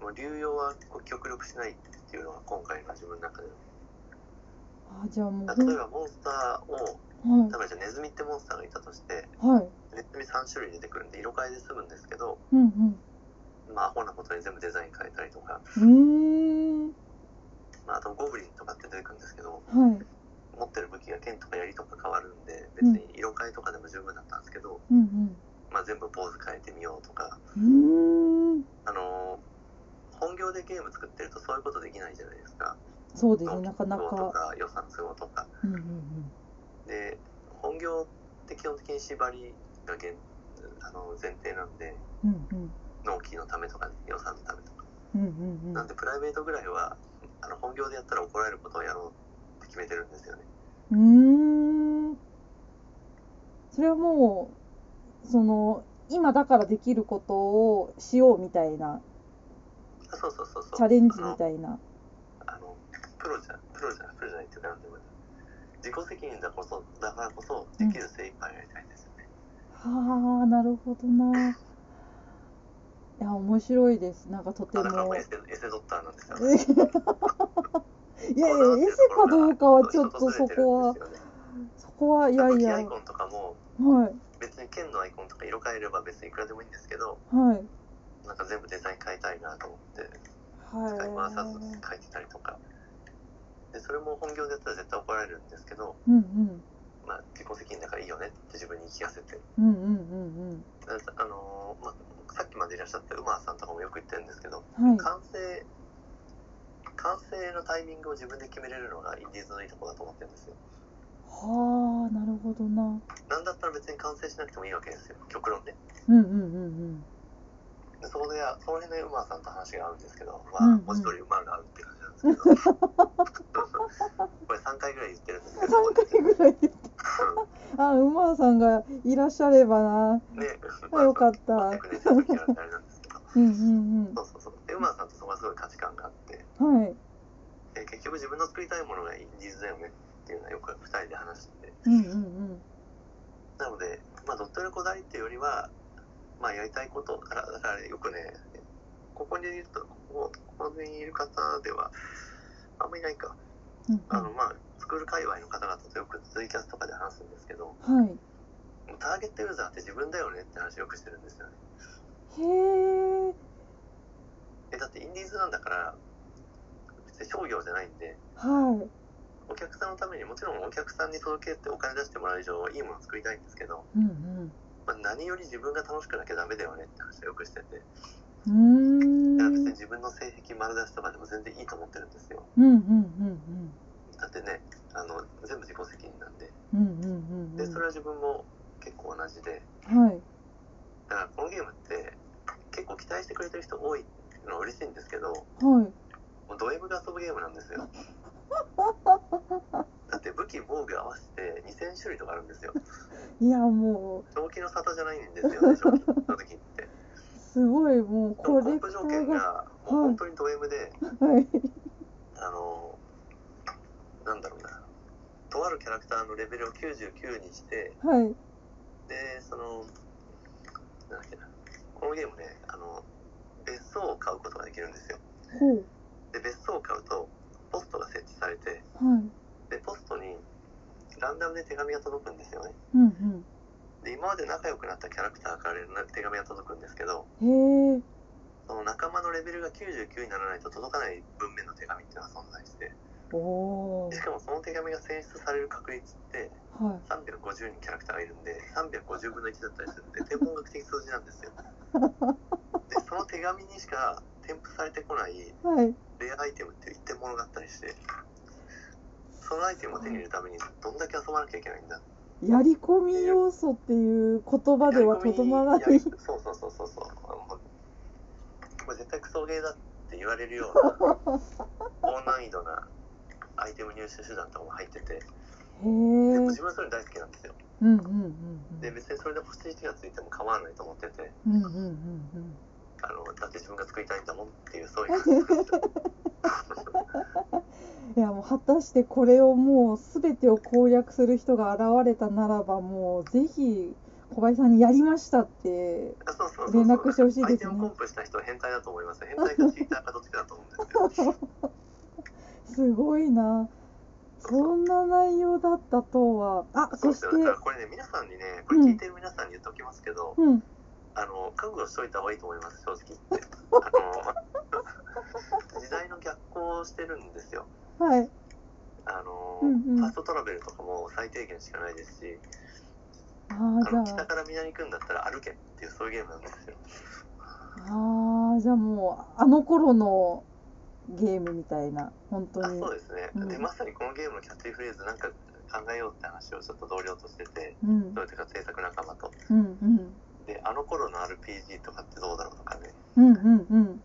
B: もう流用はこう極力しないっていうのが今回の自分の中で
A: あ、じゃあもうほん。
B: 例えばモンスターを
A: は
B: 例えばじゃあネズミってモンスターがいたとして
A: い。はい。
B: ネズミ3種類出てくるんで色変えで済むんですけど
A: うん
B: まあアホなことに全部デザイン変えたりとか、
A: うん。う
B: まあ、あとゴブリンとかって出てくるんですけど
A: ーん。はい。
B: 持ってる武器が剣とか槍とか変わるんで別に色変えとかでも十分だったんですけど、
A: うん
B: まあ、全部ポーズ変えてみようとか
A: うん。うーん。
B: あのー本業でゲーム作ってるとそういうことできないじゃないですか
A: そうですね、
B: 納
A: なかな
B: 期と
A: か。
B: か予算都合とか
A: うんうん
B: で本業って基本的に縛りが現あの前提なんで
A: うん。うんうん。
B: 納期のためとか、ね、予算のためとか
A: うんうんう
B: なんでプライベートぐらいはあの本業でやったら怒られることをやろうって決めてるんですよね
A: ん。うーん。それはもう、その、今だからできることをしようみたいな、
B: あそうそうそうそう
A: チャレンジみたいな。
B: あのプロじゃプロじゃプロじゃないっていうかなんていうか自己責任だこそだからこそできる精一杯やりたいんですよね。
A: はあ、なるほどな。いや、面白いです。なんかとて
B: まあだからも
A: も
B: うエ。セエセドッターなんですよ。
A: いやいや、エセかどうかはちょっとそこは、そこは、い
B: い
A: や
B: や
A: い
B: いや。
A: や、
B: ア
A: は
B: イ
A: い、
B: コンとかも
A: はい、
B: 別に剣のアイコンとか色変えれば別にいくらでもいいんですけど、
A: はい。
B: なんか全部デザイン変えたいなと思って使い回さず変えてたりとか。でそれも本業でやったら絶対怒られるんですけど、
A: うんうん、
B: まあ、自己責任だからいいよねって自分に言い聞かせて
A: うんうん
B: だからあのーまあ、さっきまでいらっしゃった馬さんとかもよく言ってるんですけど
A: うんうん、はい。
B: 完成完成のタイミングを自分で決めれるのがインディーズのいいとこだと思ってるんですよ
A: はあ、なるほどな。
B: なんだったら別に完成しなくてもいいわけですよ極論ね
A: うんうんうん
B: でそこでその辺で馬さんと話が合うんですけどま
A: うんう
B: あ
A: ん
B: 文字通り馬が合うって感じなんですけどこれ3回ぐらい言ってるんですけど
A: うん。ぐらい言ってあ、馬さんがいらっしゃればな。
B: ね
A: あ、よかった。
B: 全くねちょっとキャラってあれなんですけど
A: うんうん
B: そうそうそうで馬さんとそこはすごい価値観があって
A: うん。はい。
B: で結局自分の作りたいものがインディーズだよねっていうのはよく2人で話してて
A: うんうん
B: なので、まあ、ドット絵のこだわりっていうよりは、まあ、やりたいことだから、だからよくね、ここにいると、ここここにいる方では、あんまりいないか。
A: うんうん
B: あの、まあ、スクール界隈の方々とよくツイキャスとかで話すんですけど、
A: はい。
B: ターゲットユーザーって自分だよねって話よくしてるんですよね。
A: へえ。
B: え、だってインディーズなんだから、別に商業じゃないんで、
A: はい。
B: お客さんのためにもちろんお客さんに届けってお金出してもらう以上いいものを作りたいんですけど、
A: うん
B: まあ、何より自分が楽しくなきゃダメだよねって話をよくしてて、
A: うん。う
B: い
A: ー
B: や別に
A: ん。
B: 自分の性癖丸出しとかでも全然いいと思ってるんですよ。
A: うんうんうん
B: だってね、あの全部自己責任なんで。
A: うん。うんうんうんう
B: で、それ
A: ん。
B: は自分も結構同じで、
A: はい。
B: だからこのゲームって結構期待してくれてる人多いのは嬉しいんですけど、
A: はい。
B: もうド M が遊ぶゲームなんですよ。だって武器、防具合わせて2000種類とかあるんですよ。
A: いやも
B: 正気の沙汰じゃないんですよね、正気の時って。
A: うすごいもう
B: で
A: コ
B: も
A: レ
B: コン
A: クタ
B: プ条
A: ー
B: 件
A: が
B: がもう本当にド M で、
A: はい
B: あの、なんだろうな。とあるキャラクターのレベルを99にして、
A: はい
B: で、その、なんだっけな。このゲームね、あの、別荘を買うことができるんですよ。
A: ほう
B: で、別荘を買うと、ポストが設置されて、
A: はい
B: で、ポストにランダムで手紙が届くんですよね。
A: うん
B: で今まで仲良くなったキャラクターから連絡手紙が届くんですけど
A: うんへえ
B: その仲間のレベルが99にならないと届かない文面の手紙っていうのは存在して
A: おお
B: しかもその手紙が選出される確率って
A: ーは
B: 350人キャラクターがいるんで350分の1だったりするんで天文学的数字なんですよでその手紙にしか添付されてこない
A: いはい
B: レアアイテムっていう一点物があったりしてそのアイテムを手に入れるためにどんだけ遊ばなきゃいけないんだ
A: やり込み要素っていう言葉ではとどまらない
B: やり込みやりそうそうそうそうそうあのこれ絶対クソゲーだって言われるよう な高難易度なアイテム入手手段とかも入ってて
A: へえう
B: でも
A: ん
B: 自分はそれ大好きなんですよ
A: うんうんうん
B: で別にそれで星1がついても構わないと思ってて
A: うんうんうんうん
B: あのだって自分が作りたいんだもんっていうそ ういう感じなんですよ
A: いやもう果たしてこれをもう全てを攻略する人が現れたならばもうぜひ小林さんにやりましたって
B: あそうそうそう
A: 連絡してほしいですね
B: アイテムコンプした人は変態だと思います変態かチーターかどっちかだと思うんですけど
A: すごいなそんな内容だったとはあ
B: そ
A: そ
B: うで
A: し
B: す
A: て
B: よだからこれね皆さんにねこれ聞いてる皆さんに言っておきますけど、
A: うん
B: あの覚悟しといた方がいいと思います正直言ってあの 時代の逆行をしてるんですよ
A: はい
B: あの、
A: うんうん
B: ファストトラベルとかも最低限しかないですし
A: あ
B: あ
A: あじゃ
B: の
A: あ
B: 北から南に行くんだったら歩けっていうそういうゲームなんですよ
A: ああじゃあもうあの頃のゲームみたいな本当
B: あ
A: に
B: そうですね、
A: うん
B: でまさにこのゲームのキャッチフレーズなんか考えようって話をちょっと同僚としてて
A: うん
B: どういうか制作仲間と
A: うんうん
B: であの頃の RPG とかってどうだろうとかね
A: うんうんうん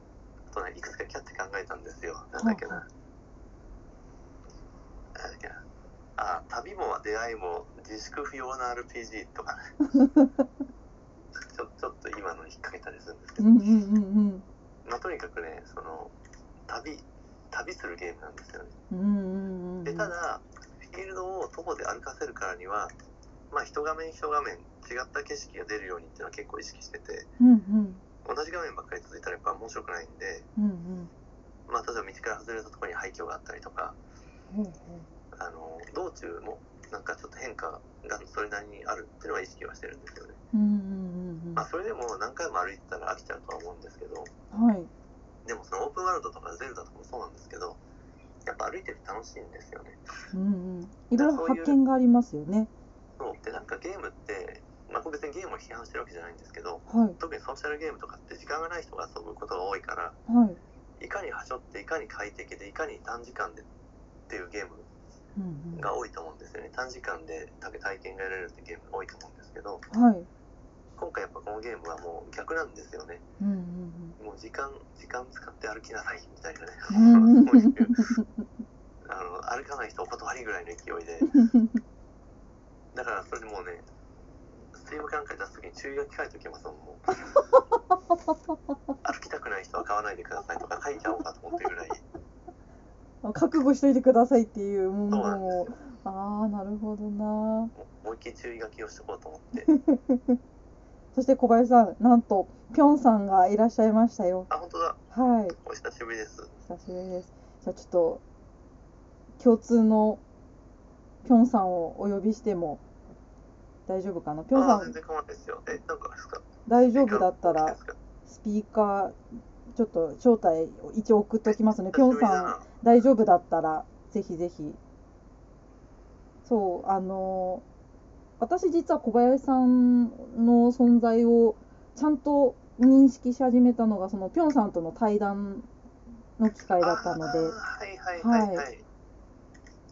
B: あとねいくつかキャッチ考えたんですよなんだっけななんだっけなあ旅も出会いも自粛不要な RPG とか ねちょちょっと今の引っ掛けたりするんですけ
A: う
B: ど、
A: んうんうん
B: まあ、とにかくねその旅旅するゲームなんですよね
A: うんうんうんうん
B: でただフィールドを徒歩で歩かせるからにはまあ一画面一画面違った景色が出るようにっていうのは結構意識してて
A: うんうん
B: 同じ画面ばっかり続いたらやっぱ面白くないんで
A: うんうん
B: まあ例えば道から外れたところに廃墟があったりとか
A: ほうほ
B: あの道中もなんかちょっと変化がそれなりにあるっていうのは意識はしてるんですよね、
A: ううんうんうんうん
B: まあ、それでも何回も歩いてたら飽きちゃうとは思うんですけど
A: はい
B: でもそのオープンワールドとかゼルダとかもそうなんですけどやっぱ歩いてて楽しいんですよね
A: うんうんいろいろ発見がありますよね
B: そうでなんかゲームって、まあ、これ別にゲームを批判してるわけじゃないんですけど
A: はい
B: 特にソーシャルゲームとかって時間がない人が遊ぶことが多いから
A: はい
B: いかに端折っていかに快適でいかに短時間でっていうゲーム
A: うんうん
B: が多いと思うんですよね短時間で体験が得られるってゲームが多いと思うんですけど
A: はい
B: 今回やっぱこのゲームはもう逆なんですよね。
A: うんうん
B: もう時間、時間使って歩きなさいみたい なね。
A: うん
B: そういう、あの、歩かない人お断りぐらいの勢いで。
A: うん
B: だからそれでもうね、ストリームかなんかに出すときに注意書き書いておきますもん、も う。歩きたくない人は買わないでくださいとか書いちゃおうかと思ってるぐらい。
A: 覚悟しといてくださいっていうも
B: そうなん
A: の
B: です
A: を
B: よ。
A: ああなるほどな
B: もう思いっきり注意書きをしとこうと思って。
A: そして小林さん、なんと、ぴょんさんがいらっしゃいましたよ。
B: あ、本当だ。
A: はい。
B: お久しぶりです。
A: 久しぶりです。じゃあちょっと、共通のぴょんさんをお呼びしても大丈夫かなぴょんさ
B: あ、全
A: ん、
B: 然構わないですよ。え、なんかあれですか
A: 大丈夫だったら
B: です、か
A: スピーカー、ちょっと招待を一応送っときますね。ぴょん
B: 久しぶりだ
A: さん、
B: な
A: 大丈夫だったら、ぜひぜひ。そう、あのー私実は小林さんの存在をちゃんと認識し始めたのが、そのぴょんさんとの対談の機会だったので
B: あー、はいはいはいはい。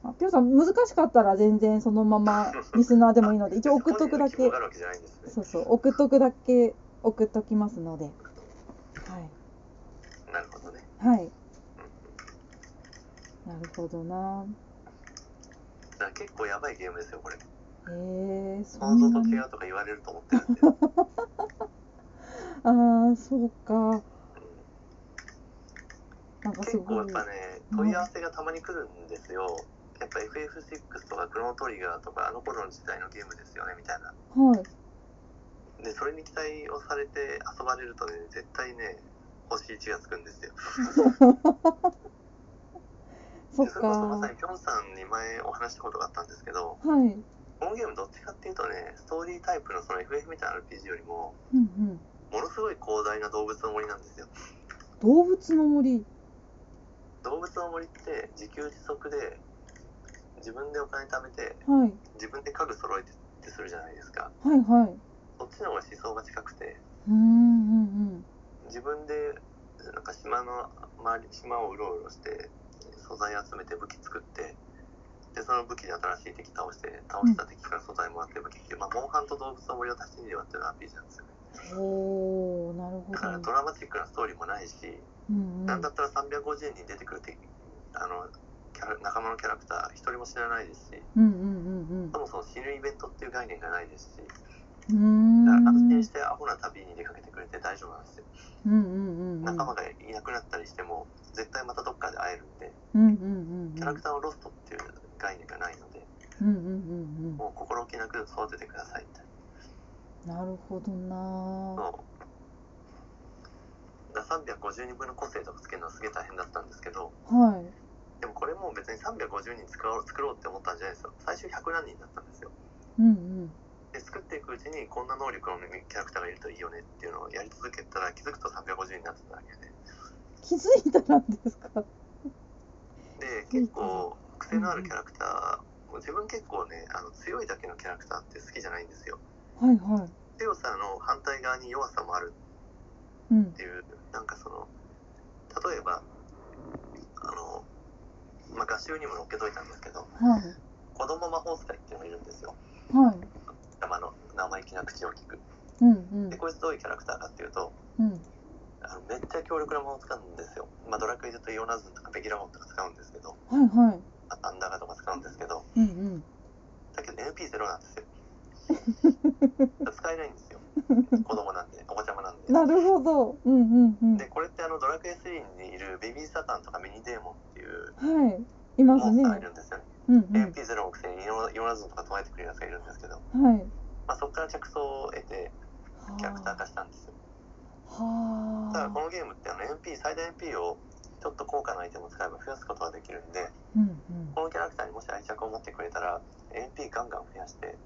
A: あぴょんさん、難しかったら全然そのままリスナーでもいいので、一応送っとくだ
B: 個人
A: け
B: の希望があ。るわけじゃないんですね。
A: そうそう、送っとくだけ送っときますので。はい。
B: なるほどね。
A: はい。なるほどな。
B: だから結構やばいゲームですよ、これ。
A: へえー、そ
B: 想像
A: んな
B: と
A: に
B: 違。うとか言われると思ってるんで。うん
A: ああ、そうか。なんかす
B: 結構
A: ご
B: や
A: い。
B: っぱね、問い合わせがたまに来るんですよ。やっぱ FF6 とかクロノトリガーとかあの頃の時代のゲームですよね、みたいな。
A: はい。
B: で、それに期待をされて遊ばれるとね、絶対ね、星1がつくんですよ。
A: そっ
B: でそ
A: か。
B: れこそまさ
A: は
B: にピョンさんに前お話したことがあったんですけど、
A: い。
B: このゲームどっちかっていうとね、ストーリータイプのその FF みたいな RPG よりも、
A: うんうん。
B: ものすごい広大な動物の森なんですよ。
A: 動物の森。
B: 動物の森って自給自足で自分でお金貯めて
A: はい。
B: 自分で家具揃えてってするじゃないですか
A: はいはい。
B: そっちの方が思想が近くて
A: うんうん
B: 自分でなんか島の周り島をうろうろして素材集めて武器作ってでその武器で新しい敵倒して倒した敵から素材もらって武器って、まあ、モンハンと動物の森を足してみればっていうのは RPG なんですよね
A: うん。おお、なるほ
B: だからド
A: ど。
B: ラマチックなストーリーもないし、
A: うんうん。
B: なんだったら350人出てくる敵あのキャラ仲間のキャラクター一人も知らないですし
A: うんうん
B: そもそも死ぬイベントっていう概念がないですし、
A: うんうん。う
B: だから
A: ー
B: 安
A: ん。
B: 心してアホな旅に出かけてくれて大丈夫なんですよ。
A: うんうんうんうん。
B: 仲間がいなくなったりしても、絶対またどっかで会えるんで、
A: うんうんうんうん。
B: キャラクターをロストっていう概念がないので、
A: うんうんうん
B: もう心置きなく育ててくださいみたい
A: うん。なるほどな。
B: なのを。だから352分の個性とかつけるのはすげえ大変だったんですけど、
A: はい。
B: でもこれも別に350人作ろう作ろうって思ったんじゃないですよ。最終100何人だったんですよ。
A: うん
B: で作っていくうちにこんな能力のキャラクターがいるといいよねっていうのをやり続けたら気づくと350人になってただけで
A: うん。気づいたらですか。う
B: で
A: ん
B: 結構癖のあるキャラクター、もう自分結構ねあの強いだけのキャラクターって好きじゃないんですよ
A: はいは
B: 強さの反対側に弱さもある
A: い。うん
B: っ。ていうなんかその例えばあの、まあ、画集にも載っけといたんですけど
A: はい
B: 子供魔法使いっていうのがいるんですよ
A: はい。
B: 生の生意気な口を聞く
A: うんうん
B: でこいつどういうキャラクターかっていうと
A: うん
B: あのめっちゃ強力な魔法使うんですよ、まあ、ドラクエで言うとイオナズンとかベギラモンとか使うんですけど
A: はいはい。
B: あアンダーガとか使うんですけど
A: うんうん。
B: だけど NP0 なんですよ 使えないんですよ子供なんでおばちゃまなんで
A: なるほど。うんうんうん。
B: でこれってあのドラクエ3にいるベビーサタンとかミニデーモンっていう
A: はい。いま
B: モ
A: す
B: ンス
A: ね
B: ター。がいるんですよね、
A: うんうん。
B: NP0 のくせにイオイオナズンとか唱えてくれるやつがいるんですけど、
A: はい。
B: まあ、そこから着想を得てキャラクター化
A: は
B: したんですよ
A: あ。
B: ただこ
A: はあ。
B: のゲームってあの NP 最大 NP をちょっと高価なアイテムを使えば増やすことができるんで
A: うんうん。
B: このキャラクターにもし愛着を持ってくれたら NP ガンガン増やして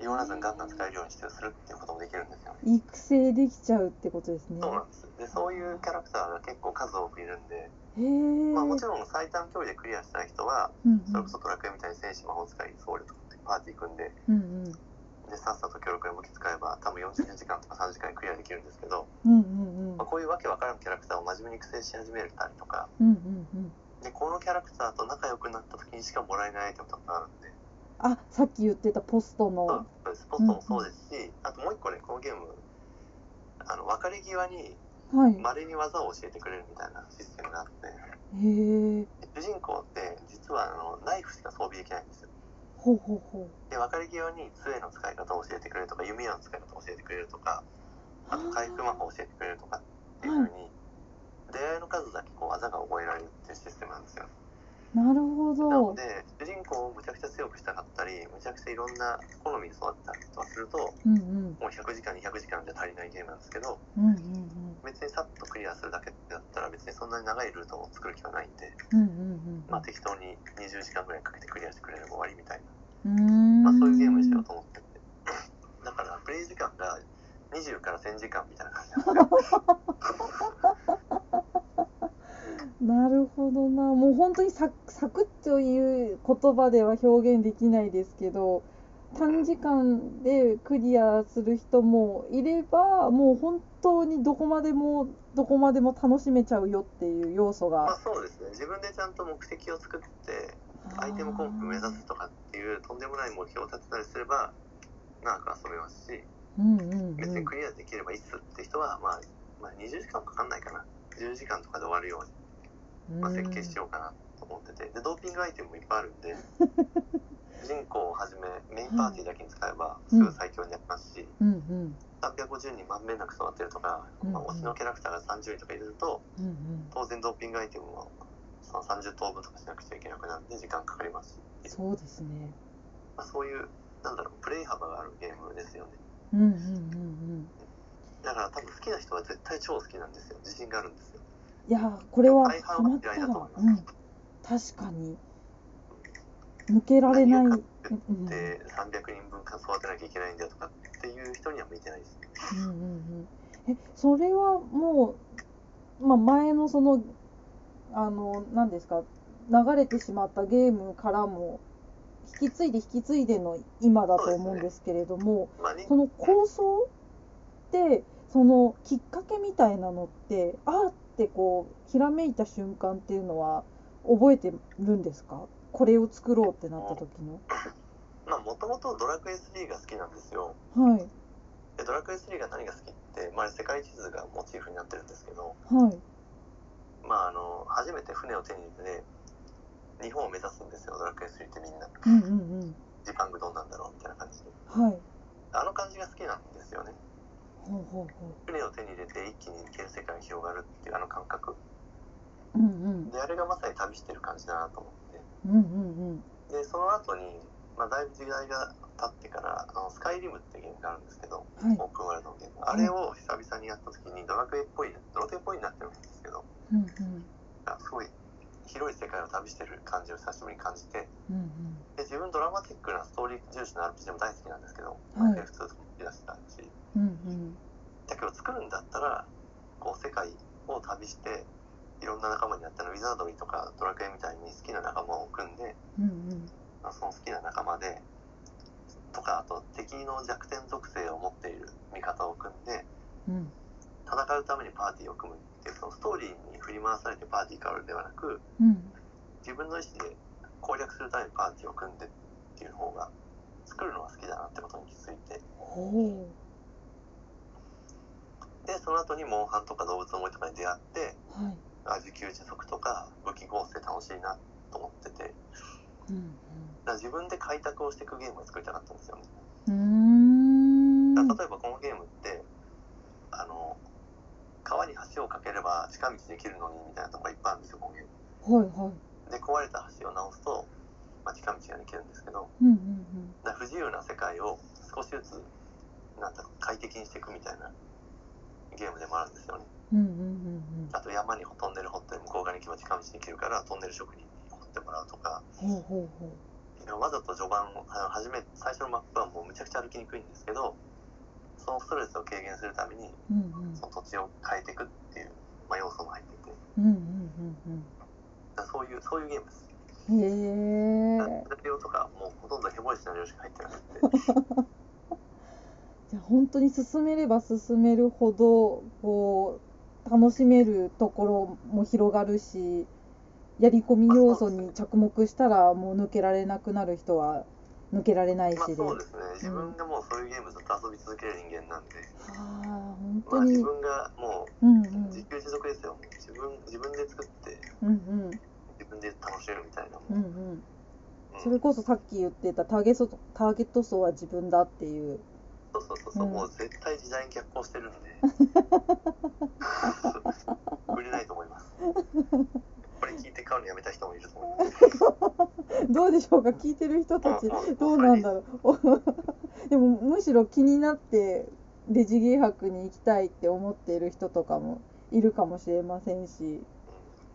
B: イオナズンガンガン使えるようにしてするっていうこともできるんですよね
A: 育成できちゃうってことですね。
B: そうなんです。で、そういうキャラクターが結構数多くいるんで、
A: へえ。
B: まあもちろん最短距離でクリアしたい人は、
A: うんうん
B: それこそドラクエみたいに戦士魔法使い、僧侶とかってパーティー組んで、
A: うんうん
B: で、さっさと協力や武器使えば、多分40時間とか3時間でクリアできるんですけど、
A: うんうんうん
B: まあ、こういうわけわからんキャラクターを真面目に育成し始めたりとか、
A: うんうんうん。
B: で、このキャラクターと仲良くなった時にしかもらえないアイテムとかあるんで、
A: あ、さっき言ってたポストの。
B: そうスポットもそうですし、あともう一個ね、このゲーム、あの、別れ際に、
A: はい。
B: 稀に技を教えてくれるみたいなシステムがあって、
A: へえ。
B: 主人公って実はあのナイフしか装備できないんですよ
A: ほうほうほう。
B: で分かり際に杖の使い方を教えてくれるとか弓矢の使い方を教えてくれるとかあと回復魔法を教えてくれるとかっていうふうに出会いの数だけこう技が覚えられるっていうシステムなんですよ
A: なるほ
B: なの
A: ど。
B: で主人公をむちゃくちゃ強くしたかったりむちゃくちゃいろんな好みに育ったりとかするとも
A: うんうん。
B: う100時間200時間じゃ足りないゲームなんですけど
A: うんうんうん。
B: 別にさっとクリアするだけだったら別にそんなに長いルートを作る気はないんで、
A: うんうん
B: まあ、適当に20時間ぐらいかけてクリアしてくれれば終わりみたい
A: うん。
B: な、ま
A: ま
B: あ、そういうゲームにしようと思っててだからプレイ時間が20から1000時間みたいな感じなんですよ
A: なるほどな。もう本当にサクサクッという言葉では表現できないですけど、短時間でクリアする人もいれば、もう本当にどこまでもどこまでも楽しめちゃうよっていう要素
B: まあ
A: が。
B: そうですね自分でちゃんと目的を作ってアイテムコンプ目指すとかっていうとんでもない目標を立てたりすれば長く遊べますし
A: うんうん
B: 別
A: う
B: に
A: ん
B: ク。リアできればいいっすって人は、まあ、まあ20時間かかんないかな10時間とかで終わるようにまあ、設計しようかなと思っててでドーピングアイテムもいっぱいある んで主人公をはじめメインパーティーだけに使えばすぐ最強になりますし、
A: うんうん
B: 350人まんべんなく育てるとか、
A: うん
B: まあ、推しのキャラクターが30人とかいると
A: うんうん。
B: 当然ドーピングアイテムもその30等分とかしなくちゃいけなくなるんで時間かかりますし、
A: そうですね。
B: まあ、そういうなんだろうプレイ幅があるゲームですよね
A: うんうんうんうん。
B: だから多分好きな人は絶対超好きなんですよ自信があるんですよ
A: いやーこれは
B: 大
A: ハ
B: 半
A: マ
B: は
A: った
B: 嫌
A: ら、
B: いだと思います、
A: うん、確かに抜けられない。
B: 何
A: う
B: を
A: ん
B: 買ってで300人分か育てなきゃいけないんだとかっていう人には向いてないですね
A: うんうんうん、えそれはもう、まあ、前のそのあの何ですか流れてしまったゲームからも引き継いで引き継いでの今だと思うんですけれども
B: まあね
A: その構想ってそのきっかけみたいなのってあーってこうひらめいた瞬間っていうのは覚えてるんですかこれを作ろうってなった時の。
B: まあもともとドラクエ3が好きなんですよ
A: はい
B: でドラクエ3が何が好きって、まあ、世界地図がモチーフになってるんですけど、
A: はい
B: まあ、あの初めて船を手に入れて日本を目指すんですよドラクエ3ってみんな
A: うんうんうん
B: ジパングどうなんだろうみたいな感じで
A: はい
B: あの感じが好きなんですよね
A: ほうほうほ
B: 船を手に入れて一気に行ける世界が広がるっていうあの感覚
A: ううんうん
B: であれがまさに旅してる感じだなと思って
A: うんうんうん
B: でその後に、まあ、だいぶ時代が経ってからあのスカイリムってゲームがあるんですけど
A: はい
B: オープンワールドのゲームあれを久々にやった時にドラクエっぽいドラクエっぽいなってるんですけど
A: うんうん
B: あすごい広い世界を旅してる感じを久しぶりに感じて
A: うん
B: で自分ドラマティックなストーリー重視の RPG も大好きなんですけど、
A: はい
B: 普通といらしたし
A: うんうん
B: だけど作るんだったらこう世界を旅していろんな仲間になったらウィザードリーとかドラクエみたいに好きな仲間を組んで
A: うんうん
B: まあその好きな仲間でとかあと敵の弱点属性を持っている味方を組んで
A: うん
B: 戦うためにパーティーを組むっていうそのストーリーに振り回されてパーティー変わるではなく
A: うん
B: 自分の意思で攻略するためにパーティーを組んでっていう方が作るのが好きだなってことに気づいて
A: ほ
B: でその後にモンハンとか動物の森とかに出会って
A: うはい
B: あ自給自足とか武器合成楽しいなと思っててだか
A: うん
B: ら自分で開拓をしていくゲームを作りたかったんですよね
A: うんうー
B: だ
A: ん
B: から例えばこのゲームってあの川に橋を架ければ近道できるのにみたいなとこがいっぱいあるんですよこのゲーム
A: はいは
B: で壊れた橋を直すと、まあ、近道ができるんですけど
A: いうんうん
B: だから不自由な世界を少しずつなんだろう快適にしていくみたいなゲームでもあるんですよね
A: うんうんうんうん
B: あと山にトンネル掘って向こう側に行けば近道できるからトンネル職人に掘ってもらうとか
A: うんほうほうほ
B: わざと序盤をあの初め最初のマップはもうむちゃくちゃ歩きにくいんですけどそのストレスを軽減するために
A: ううんうん
B: その土地を変えていくっていう、まあ、要素も入ってて
A: うんうんうん
B: だからそういうそういうゲームです、
A: うんへえ
B: スレオとかもうほとんどヘボイシな量しか入ってなくて
A: じゃあ本当に進めれば進めるほどこう楽しめるところも広がるしやり込み要素に着目したらもう抜けられなくなる人は抜けられないし
B: まあ
A: で、
B: そう
A: は
B: ですね自分がもうそういうゲームずっと遊び続ける人間なんで、
A: あ本
B: ま
A: 当
B: あ、自
A: に、
B: 分がも
A: うんう
B: うん自給自足ですよ自分自分で作って
A: うんうん
B: 自分で楽しめるみたいなも、
A: うんん
B: う
A: うんんそれこそさっき言ってたターゲットターゲット層は自分だっていう
B: そうそうそうそ
A: う
B: う、
A: ん
B: もう絶対時代に逆行して るんで売れないと思いますこれ聞いて買うのやめた人もいると思う。
A: どうでしょうか聞いてる人たち
B: ああ
A: どうなんだろう でもむしろ気になってデジ芸博に行きたいって思っている人とかもいるかもしれませんし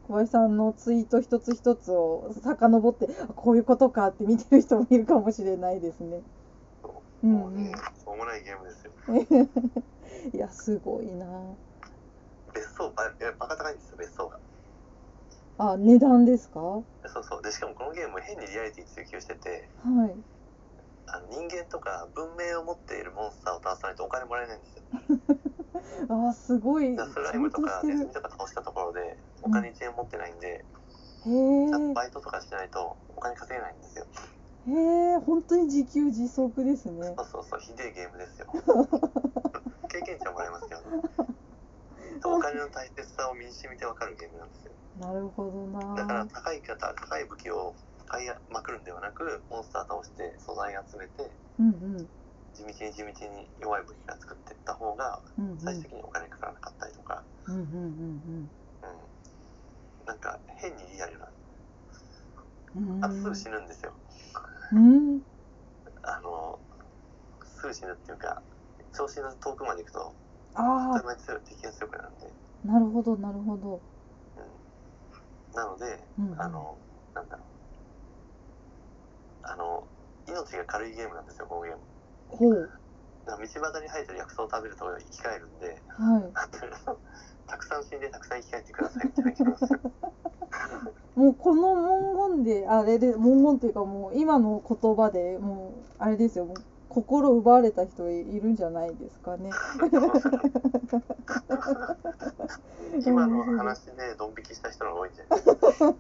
A: 小林さんのツイート一つ一つを遡ってあこういうことかって見てる人もいるかもしれないですね。う
B: もうん
A: うん、
B: ね、しょうもないゲームですよ。
A: いやすごいな
B: 別荘、あ、いやバカ高いんですよ、別荘が。
A: あ値段ですかは
B: そうそう。で、しかもこのゲーム変にリアリティ追求してて、
A: い
B: あの人間とか文明を持っているモンスターを倒さないとお金もらえないんですよ。
A: あーすごいち
B: だ
A: ゃ
B: からスラ
A: ん
B: イムと
A: とし
B: か
A: て
B: ネ
A: る
B: ズミとか倒したところで、お金1円持ってないんで、
A: へえ
B: バイトとかしないとお金稼げないんですよ。
A: へえ本当に自給自足ですね
B: そうそうそう、ひでえゲームですよ。経験値はもらえますけど、お金の大切さを身に染みてわかるゲームなんですよ。
A: なるほどな
B: だから高い方、高い武器を買いまくるんではなく、モンスター倒して素材集めて、
A: うんうん
B: 地道に地道に弱い武器が作っていった方が、
A: うんうん
B: 最終的にお金かからなかったりとか、
A: うんうん
B: うん。なんか変にリアルな。
A: うんうん
B: あとすぐ死ぬんですよ。
A: うん
B: あの、すぐ死ぬっていうか、調子の遠くまで行くと、当た
A: あ
B: り前強い敵が強くなるんで、
A: あなるほどなるほど
B: うんなので、
A: うんうん
B: あの、なんだろう。あの、命が軽いゲームなんですよ、このゲーム。
A: ほう
B: だから道端に生えてる薬草を食べると生き返るんで、
A: は
B: たくさん死んでたくさん生き返ってくださいみたいな気がする。
A: いもうこの文言であれで文言っていうかもう今の言葉でもうあれですよもう心奪われた人いるんじゃないですかね
B: 今の話でドン引きした人が多いんじゃないですか。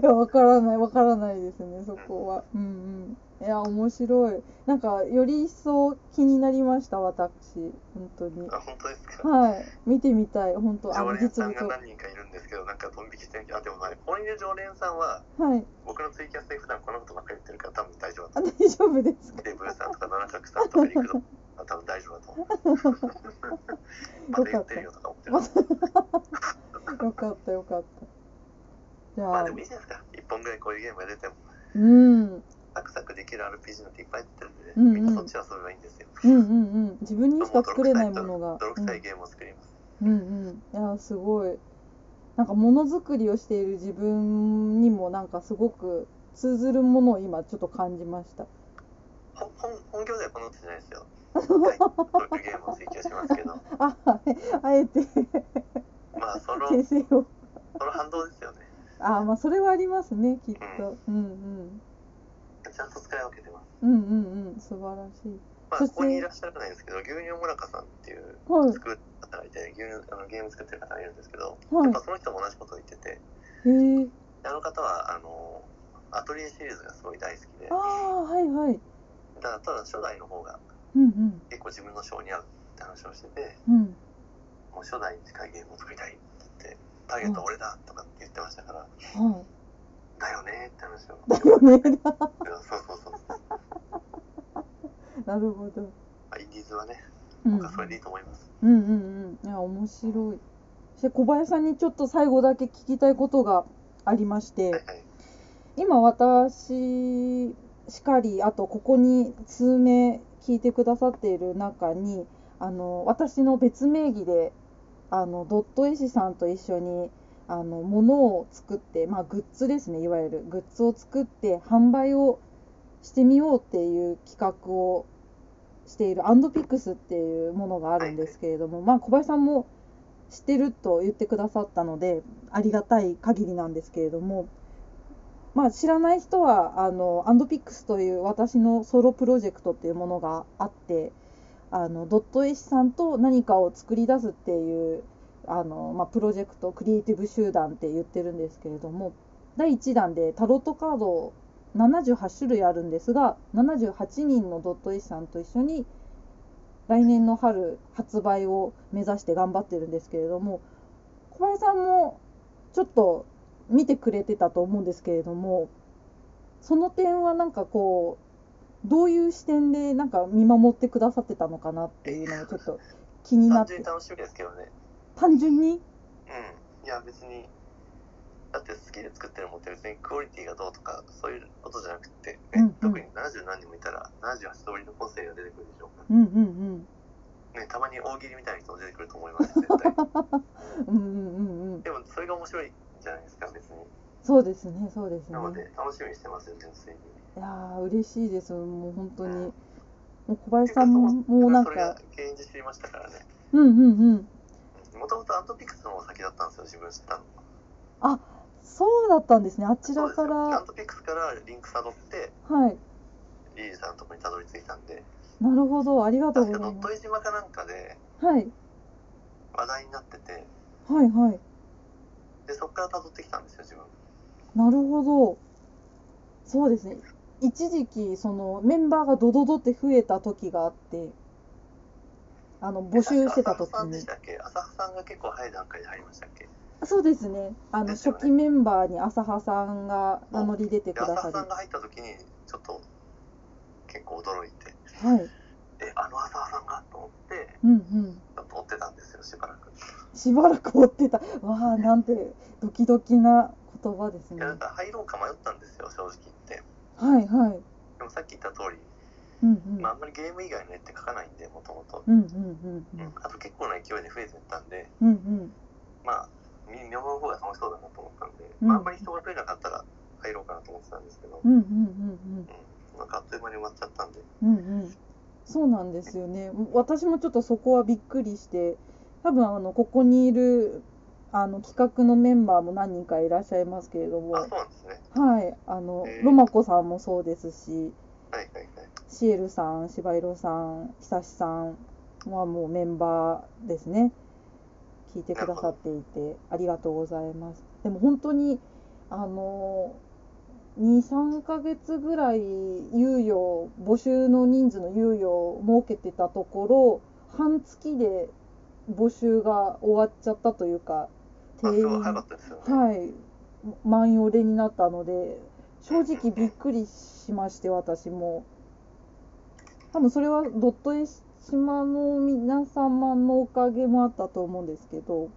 A: いや、わからない、わからないですね、そこは。うんうん。いや、面白い。なんか、より一層気になりました、私。本当に。
B: あ、本当ですか。
A: はい。見てみたい、本当。あ
B: 常
A: の、
B: 連
A: 実
B: さん
A: 物
B: が
A: を。
B: 何人かいるんですけど、なんかドン引きしてるあ、でもまあ、本流常連さんは、
A: はい。
B: 僕のツイキャスで普段こんなことばっかり言ってるから多分大丈夫だと
A: あ、
B: 思
A: 大丈夫ですか
B: う。で、ブーさんとか七角さんとかリクドは多分大丈夫 だと思う。また言ってるよとか思ってる。
A: よかった、よかった。じ
B: ま
A: ゃ
B: あ
A: あ
B: で、もいいじゃないですか。一本ぐらいこういうゲームが出ても、
A: うん。うん
B: サクサクできる RPG なんていっぱい出てるんでね、
A: うんうん
B: みんなそっち遊べばいいんですよ。
A: うんうん。自分にしか作れないものが。
B: 泥臭いゲームを作ります。
A: うんうん。いや、すごい。なんか、ものづくりをしている自分にも、なんか、すごく通ずるものを今、ちょっと感じました。
B: 本本本業ではこんなことしない ですよ。はい、そういうゲームを追求しますけど、
A: あ、はいあえて
B: まあその
A: 訂正を。
B: その反動ですよね。
A: あ、まあ、それはありますね、きっと。うん
B: ちゃんと使い分けてます。
A: うん。うんうんうん、素晴らしい。
B: まあ
A: そ
B: こ
A: して
B: こにいらっしゃらないですけど、牛乳もらかさんっていう
A: はい、
B: 作る方がいて、牛乳あのゲーム作ってる方がいるんですけど、
A: は
B: や
A: い
B: っぱ。その人も同じことを言ってて、
A: へえ。
B: あの方はあのアトリエシリーズがすごい大好きで、
A: あ
B: だか
A: あ、はいはい。
B: らただ初代の方が
A: うんうん。
B: 結構自分の性に合うって話をしてて、
A: うん。
B: もう初代に近いゲームを作りたいって言って、ターゲットは俺だとかって言ってましたか ら、
A: は
B: だよねーって話を。
A: い。よね。
B: そうそうそう。
A: なるほど。
B: まあインディーズはね、
A: うん。
B: 僕はそれでいいと思います。
A: うんうんうん。いや、面白い。そして小林さんにちょっと最後だけ聞きたいことがありまして。
B: はいはい。
A: 今私しかりあとここに数名聞いてくださっている中にあの私の別名義であのドット絵師さんと一緒にあの物を作って、まあ、グッズですねいわゆるグッズを作って販売をしてみようっていう企画をしているアンドピックスっていうものがあるんですけれども、まあ、小林さんも知ってると言ってくださったのでありがたい限りなんですけれども、まあ、知らない人はあのアンドピックスという私のソロプロジェクトっていうものがあってあのドット絵師さんと何かを作り出すっていうあの、まあ、プロジェクトクリエイティブ集団って言ってるんですけれども第1弾でタロットカードを78種類あるんですが78人のドット絵師さんと一緒に来年の春発売を目指して頑張ってるんですけれども小林さんもちょっと見てくれてたと思うんですけれどもその点はなんかこうどういう視点でなんか見守ってくださってたのかなっていうのをちょっと気にな
B: 単
A: っ
B: 純
A: て
B: に楽しみですけどね。
A: 単純に
B: うん。いや別に、だって好きで作ってるもんって別にクオリティがどうとかそういうことじゃなくて、ね
A: うんうん
B: 特に70何人もいたら78通りの個性が出てくるでしょうか
A: うんうん
B: ら、ね、たまに大喜利みたいな人も出てくると思いますよ絶 対
A: うんうんうんうん
B: でもそれが面白いじゃないですか別に
A: そうですねそうですね
B: なので楽しみにしてますよ純粋に
A: いやー嬉しいですもう本当にもう小林
B: てか
A: さんもなん
B: それが
A: か
B: 現実知りましたからね
A: うんうんうん
B: もともとアントピックスの方が先だったんですよ自分知ったの
A: そうだったんですねあちら
B: そうです
A: か
B: よ
A: ら
B: ア
A: は
B: ントピックスからリンク辿って
A: い
B: リージさんのとこにたどり着いたんで
A: なるほどありがとう
B: 確
A: ござ
B: かド
A: い
B: ッ
A: ま
B: ト
A: す
B: 江島かなんかで
A: はい
B: 話題になってて
A: はいはい
B: でそこから辿ってきたんですよ自分
A: なるほど。そうですね。一時期、そのメンバーがドドドって増えた時があって、あの、募集してた時
B: 浅葉さんで
A: に
B: し。たっけ浅葉さんが結構早い段階で入りましたっけ
A: そうですね。あの、
B: ですよ
A: 初
B: ね
A: 期メンバーに浅葉さんが名乗り出て
B: で
A: く
B: 浅
A: だ
B: 葉
A: さり。
B: さん
A: は
B: が入った時にちょっと結構驚いて
A: い。
B: えあの浅葉さんがと思って
A: うんうん。
B: ちょっと追ってたんですよしばらく
A: しばらく追ってた。わあ、なんてドキドキな言葉です
B: い
A: ね。
B: や
A: は
B: なんか入ろうか迷ったんですよ正直言っ
A: い
B: て
A: はい。
B: でもさっき言った通り、
A: うんうん。
B: まあ、あんまりゲーム以外の絵って書かないんでもともと
A: うんうんうんうん。
B: あと結構な勢いで増えてったんで
A: うんうん。
B: まあ見見守る方が楽しそうだなと思ったんで、
A: うん
B: まあ、あんまり人が増えなかったら入ろうかなと思ってたんですけど、
A: うんうんうん
B: うん、なんかあっという間に終わっちゃったんで
A: うんうん、そうなんですよね私もちょっとそこはびっくりして多分あのここにいるあの企画のメンバーも何人かいらっしゃいますけれども
B: あ
A: は
B: そうなんですね
A: いあの
B: えー
A: ロマコさんもそうですし
B: はいはいはい
A: シエルさん柴色さん久志さんはもうメンバーですね聞いてくださっていてありがとうございますでも本当にあの23ヶ月ぐらい猶予募集の人数の猶予を設けてたところ半月で募集が終わっちゃったというか
B: まあ、
A: 定
B: すごい早か
A: 員
B: ったですよね。
A: はい、満員御礼になったので、正直びっくりしまして、私も。多分それはドット絵島の皆様のおかげもあったと思うんですけど、
B: はい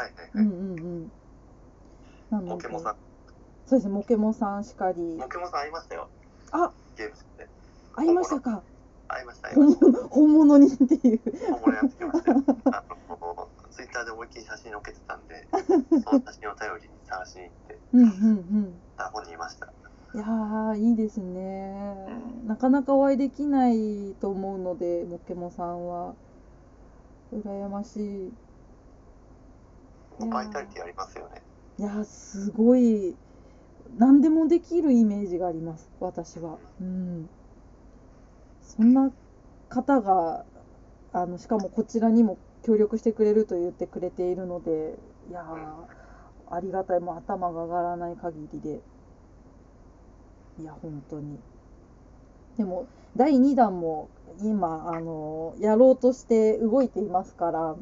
B: は
A: う
B: い
A: ん
B: はい。
A: うんうん。なの
B: モケ
A: で、
B: モ
A: そ
B: さ、
A: うんですね、モケモさんしかり
B: モ、ケモさん会いましたよ。
A: あ
B: ゲームして。
A: ありましたか、
B: 会いました、会いま
A: 本
B: した。
A: 物本物にっていう。
B: 本物やってきました よ。あの、ツイッターで思いっきり写真載っけてたんで、その写真を頼りに探しに行って、
A: うんうんうん。
B: あ、本人いました。
A: いやーいいですね。なかなかお会いできないと思うので、もっけもさんは。羨ましい。いやー
B: バイタリティありますよね。
A: いやーすごい。何でもできるイメージがあります、私は。うん。そんな方が、あの、しかもこちらにも協力してくれると言ってくれているので、いやーありがたい。もう頭が上がらない限りで。いや、本当に。でも、第2弾も今、あの、やろうとして動いていますから、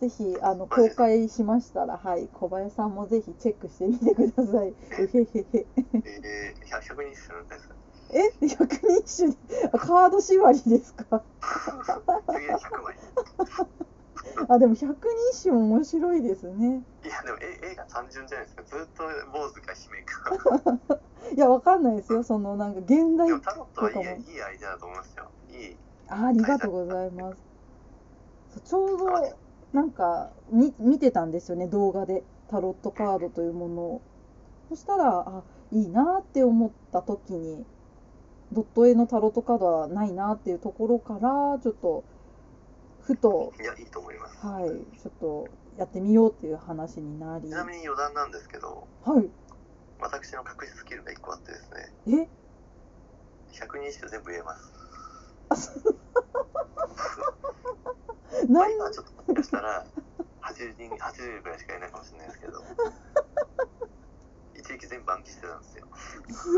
A: ぜひ、あの、公開しましたら、はい、小林さんもぜひチェックしてみてください。う へへへ。
B: えー、100 100人するんです。
A: え百人一首カード縛りですか
B: 次は100枚。
A: あでも百人一首も面白いですね
B: いや、でも、え、映画単純じゃないですか。ずっと坊主か姫か。
A: いやわかんないですよそのなんか現代
B: でも、タロットはいい
A: そうかも
B: いいアイデアだと思いますよ。いい。
A: あありがとうございますそうちょうどなんかみ見てたんですよね動画でタロットカードというものをそしたらあいいなって思った時にドット絵のタロットカードはないなっていうところからちょっとふと
B: いや、いいと思います。
A: はいちょっとやってみようっていう話になり
B: ちなみに余談なんですけど、
A: はい
B: 私の隠しスキルが1個あってですね、
A: え
B: 100人一首全部言えます。まあ
A: 何
B: 今はちょっともしかしたら、80人、80ぐらいしかいないかもしれないですけど、一時期全部暗記してたんですよ。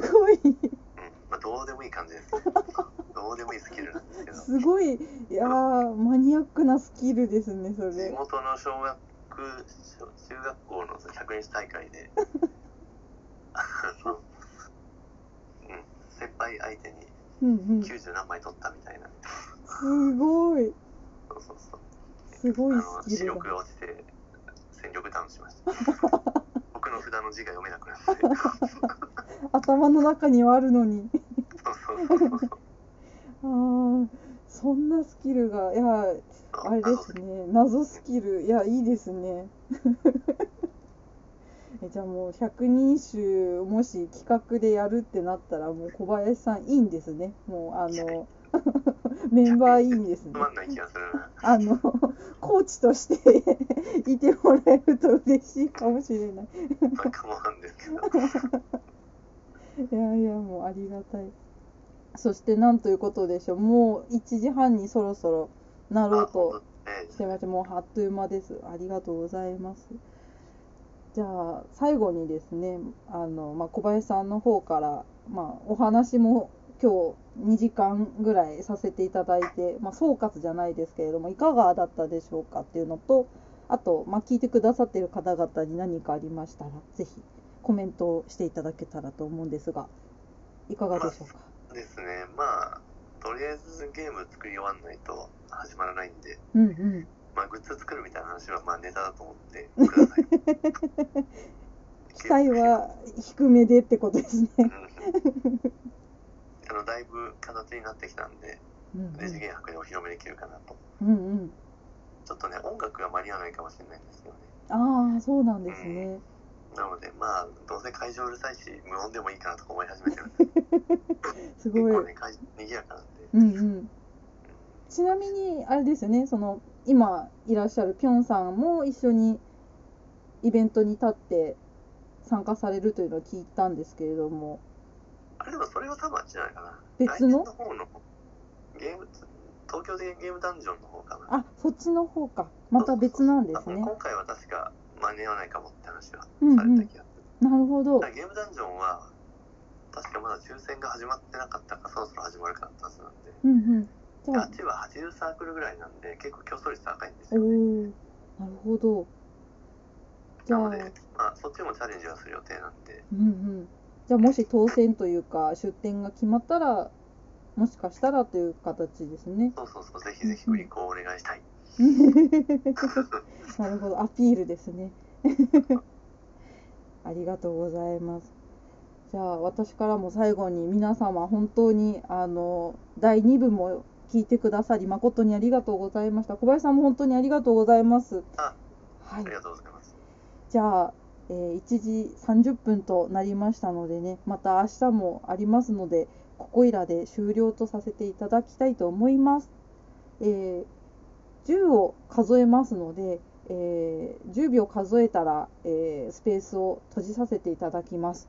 A: すごい
B: うん。まあ、どうでもいい感じです。どうでもいいスキルなんですけど、
A: すごいいやーマニアックなスキルですねそ
B: 地
A: れ
B: 元の小学、小中学校の100日大会で、あのうん、先輩相手に
A: うんうんす
B: 90何枚取ったみたいな。
A: ごい
B: そうそうそう。
A: すご
B: あ
A: い
B: の
A: ス
B: 視
A: キル
B: 力
A: だ
B: が落ちて戦力ダウンしました僕の不札の字が読めなくなってそう
A: 頭の中にはあるのに
B: そうそうそう
A: あーそんなスキルがいやあれですね謎スキルいやいいですね えじゃあもう百人一首もし企画でやるってなったらもう小林さんいいんですねもうあの メンバーいいんですね
B: つまんない気がするな
A: あのコーチとして いてもらえると嬉しいかもしれない
B: バカもなんですけど
A: いやいやもうありがたいそしてなんということでしょうもう1時半にそろそろなろうと
B: え
A: してましてもうあっという間ですありがとうございますじゃあ最後にですねあの、まあ、小林さんの方から、まあ、お話も今日2時間ぐらいさせていただいて、まあ、総括じゃないですけれどもいかがだったでしょうかっていうのとあと、まあ、聞いてくださっている方々に何かありましたらぜひコメントをしていただけたらと思うんですがいかがでしょうか、
B: ですねまあとりあえずゲーム作り終わんないと始まらないんで、
A: うんうん
B: まあ、グッズ作るみたいな話はまあネタだと思ってください
A: 期待は低めでってことですね。
B: うんあのだいぶ形になってきたんで
A: うんうん
B: 二次元博でお披露目できるかなと
A: うんうん
B: ちょっとね音楽が間に合わないかもしれないんですよね
A: ああそうなんですね。
B: なのでまあどうせ会場うるさいし無音でもいいかなとか思い始めてるんです
A: す
B: 結
A: ごい。
B: 構
A: う
B: ね会場賑やかなん
A: ん
B: で
A: うん。ちなみにあれですよね。その今いらっしゃるぴょんさんも一緒にイベントに立って参加されるというのを聞いたんですけれども、
B: あれでもそれは多分あっちじゃないかな
A: 別の
B: 来年の方のゲーム東京でゲームダンジョンの方かな
A: あそっちの方か。また別なんですね
B: あ。今回は確か間に合わないかもって話はさ
A: う
B: れ
A: んう
B: た気がする、
A: ん。なるほど
B: ただ。ゲームダンジョンは確かまだ抽選が始まってなかったかそろそろ始まるかだったはずなんで
A: うんうん。じゃ
B: ガ
A: あ
B: チは80サークルぐらいなんで結構競争率高いんです
A: お
B: よね
A: お。なるほど。じゃ
B: な
A: あ
B: ので、まあ、そっちもチャレンジはする予定なんで
A: うんうん。じゃあもし当選というか出店が決まったら。もしかしたらという形ですね。
B: そうそうそうぜひぜひ売り子をお願いしたい
A: なるほど、アピールですね。 ありがとうございます。じゃあ、私からも最後に皆様、本当に、あの、第2部も聞いてくださり、誠にありがとうございました。小林さんも本当にありがとうございます。
B: あ
A: は
B: あ
A: い
B: り。がとうございます
A: じゃあ、えー1時30分となりましたのでね、また明日もありますので、ここいらで終了とさせていただきたいと思います。えー10を数えますので、えー10秒数えたら、えースペースを閉じさせていただきます。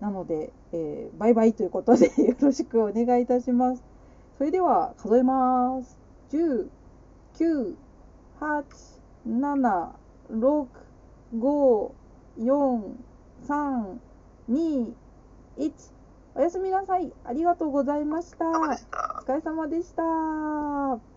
A: なので、えーバイバイということで よろしくお願いいたします。それでは数えます。10、9、8、7、6、5、4、3、2、1。おやすみなさい。ありがとうございました。
B: どうもでし
A: お
B: た
A: 疲れ様でした。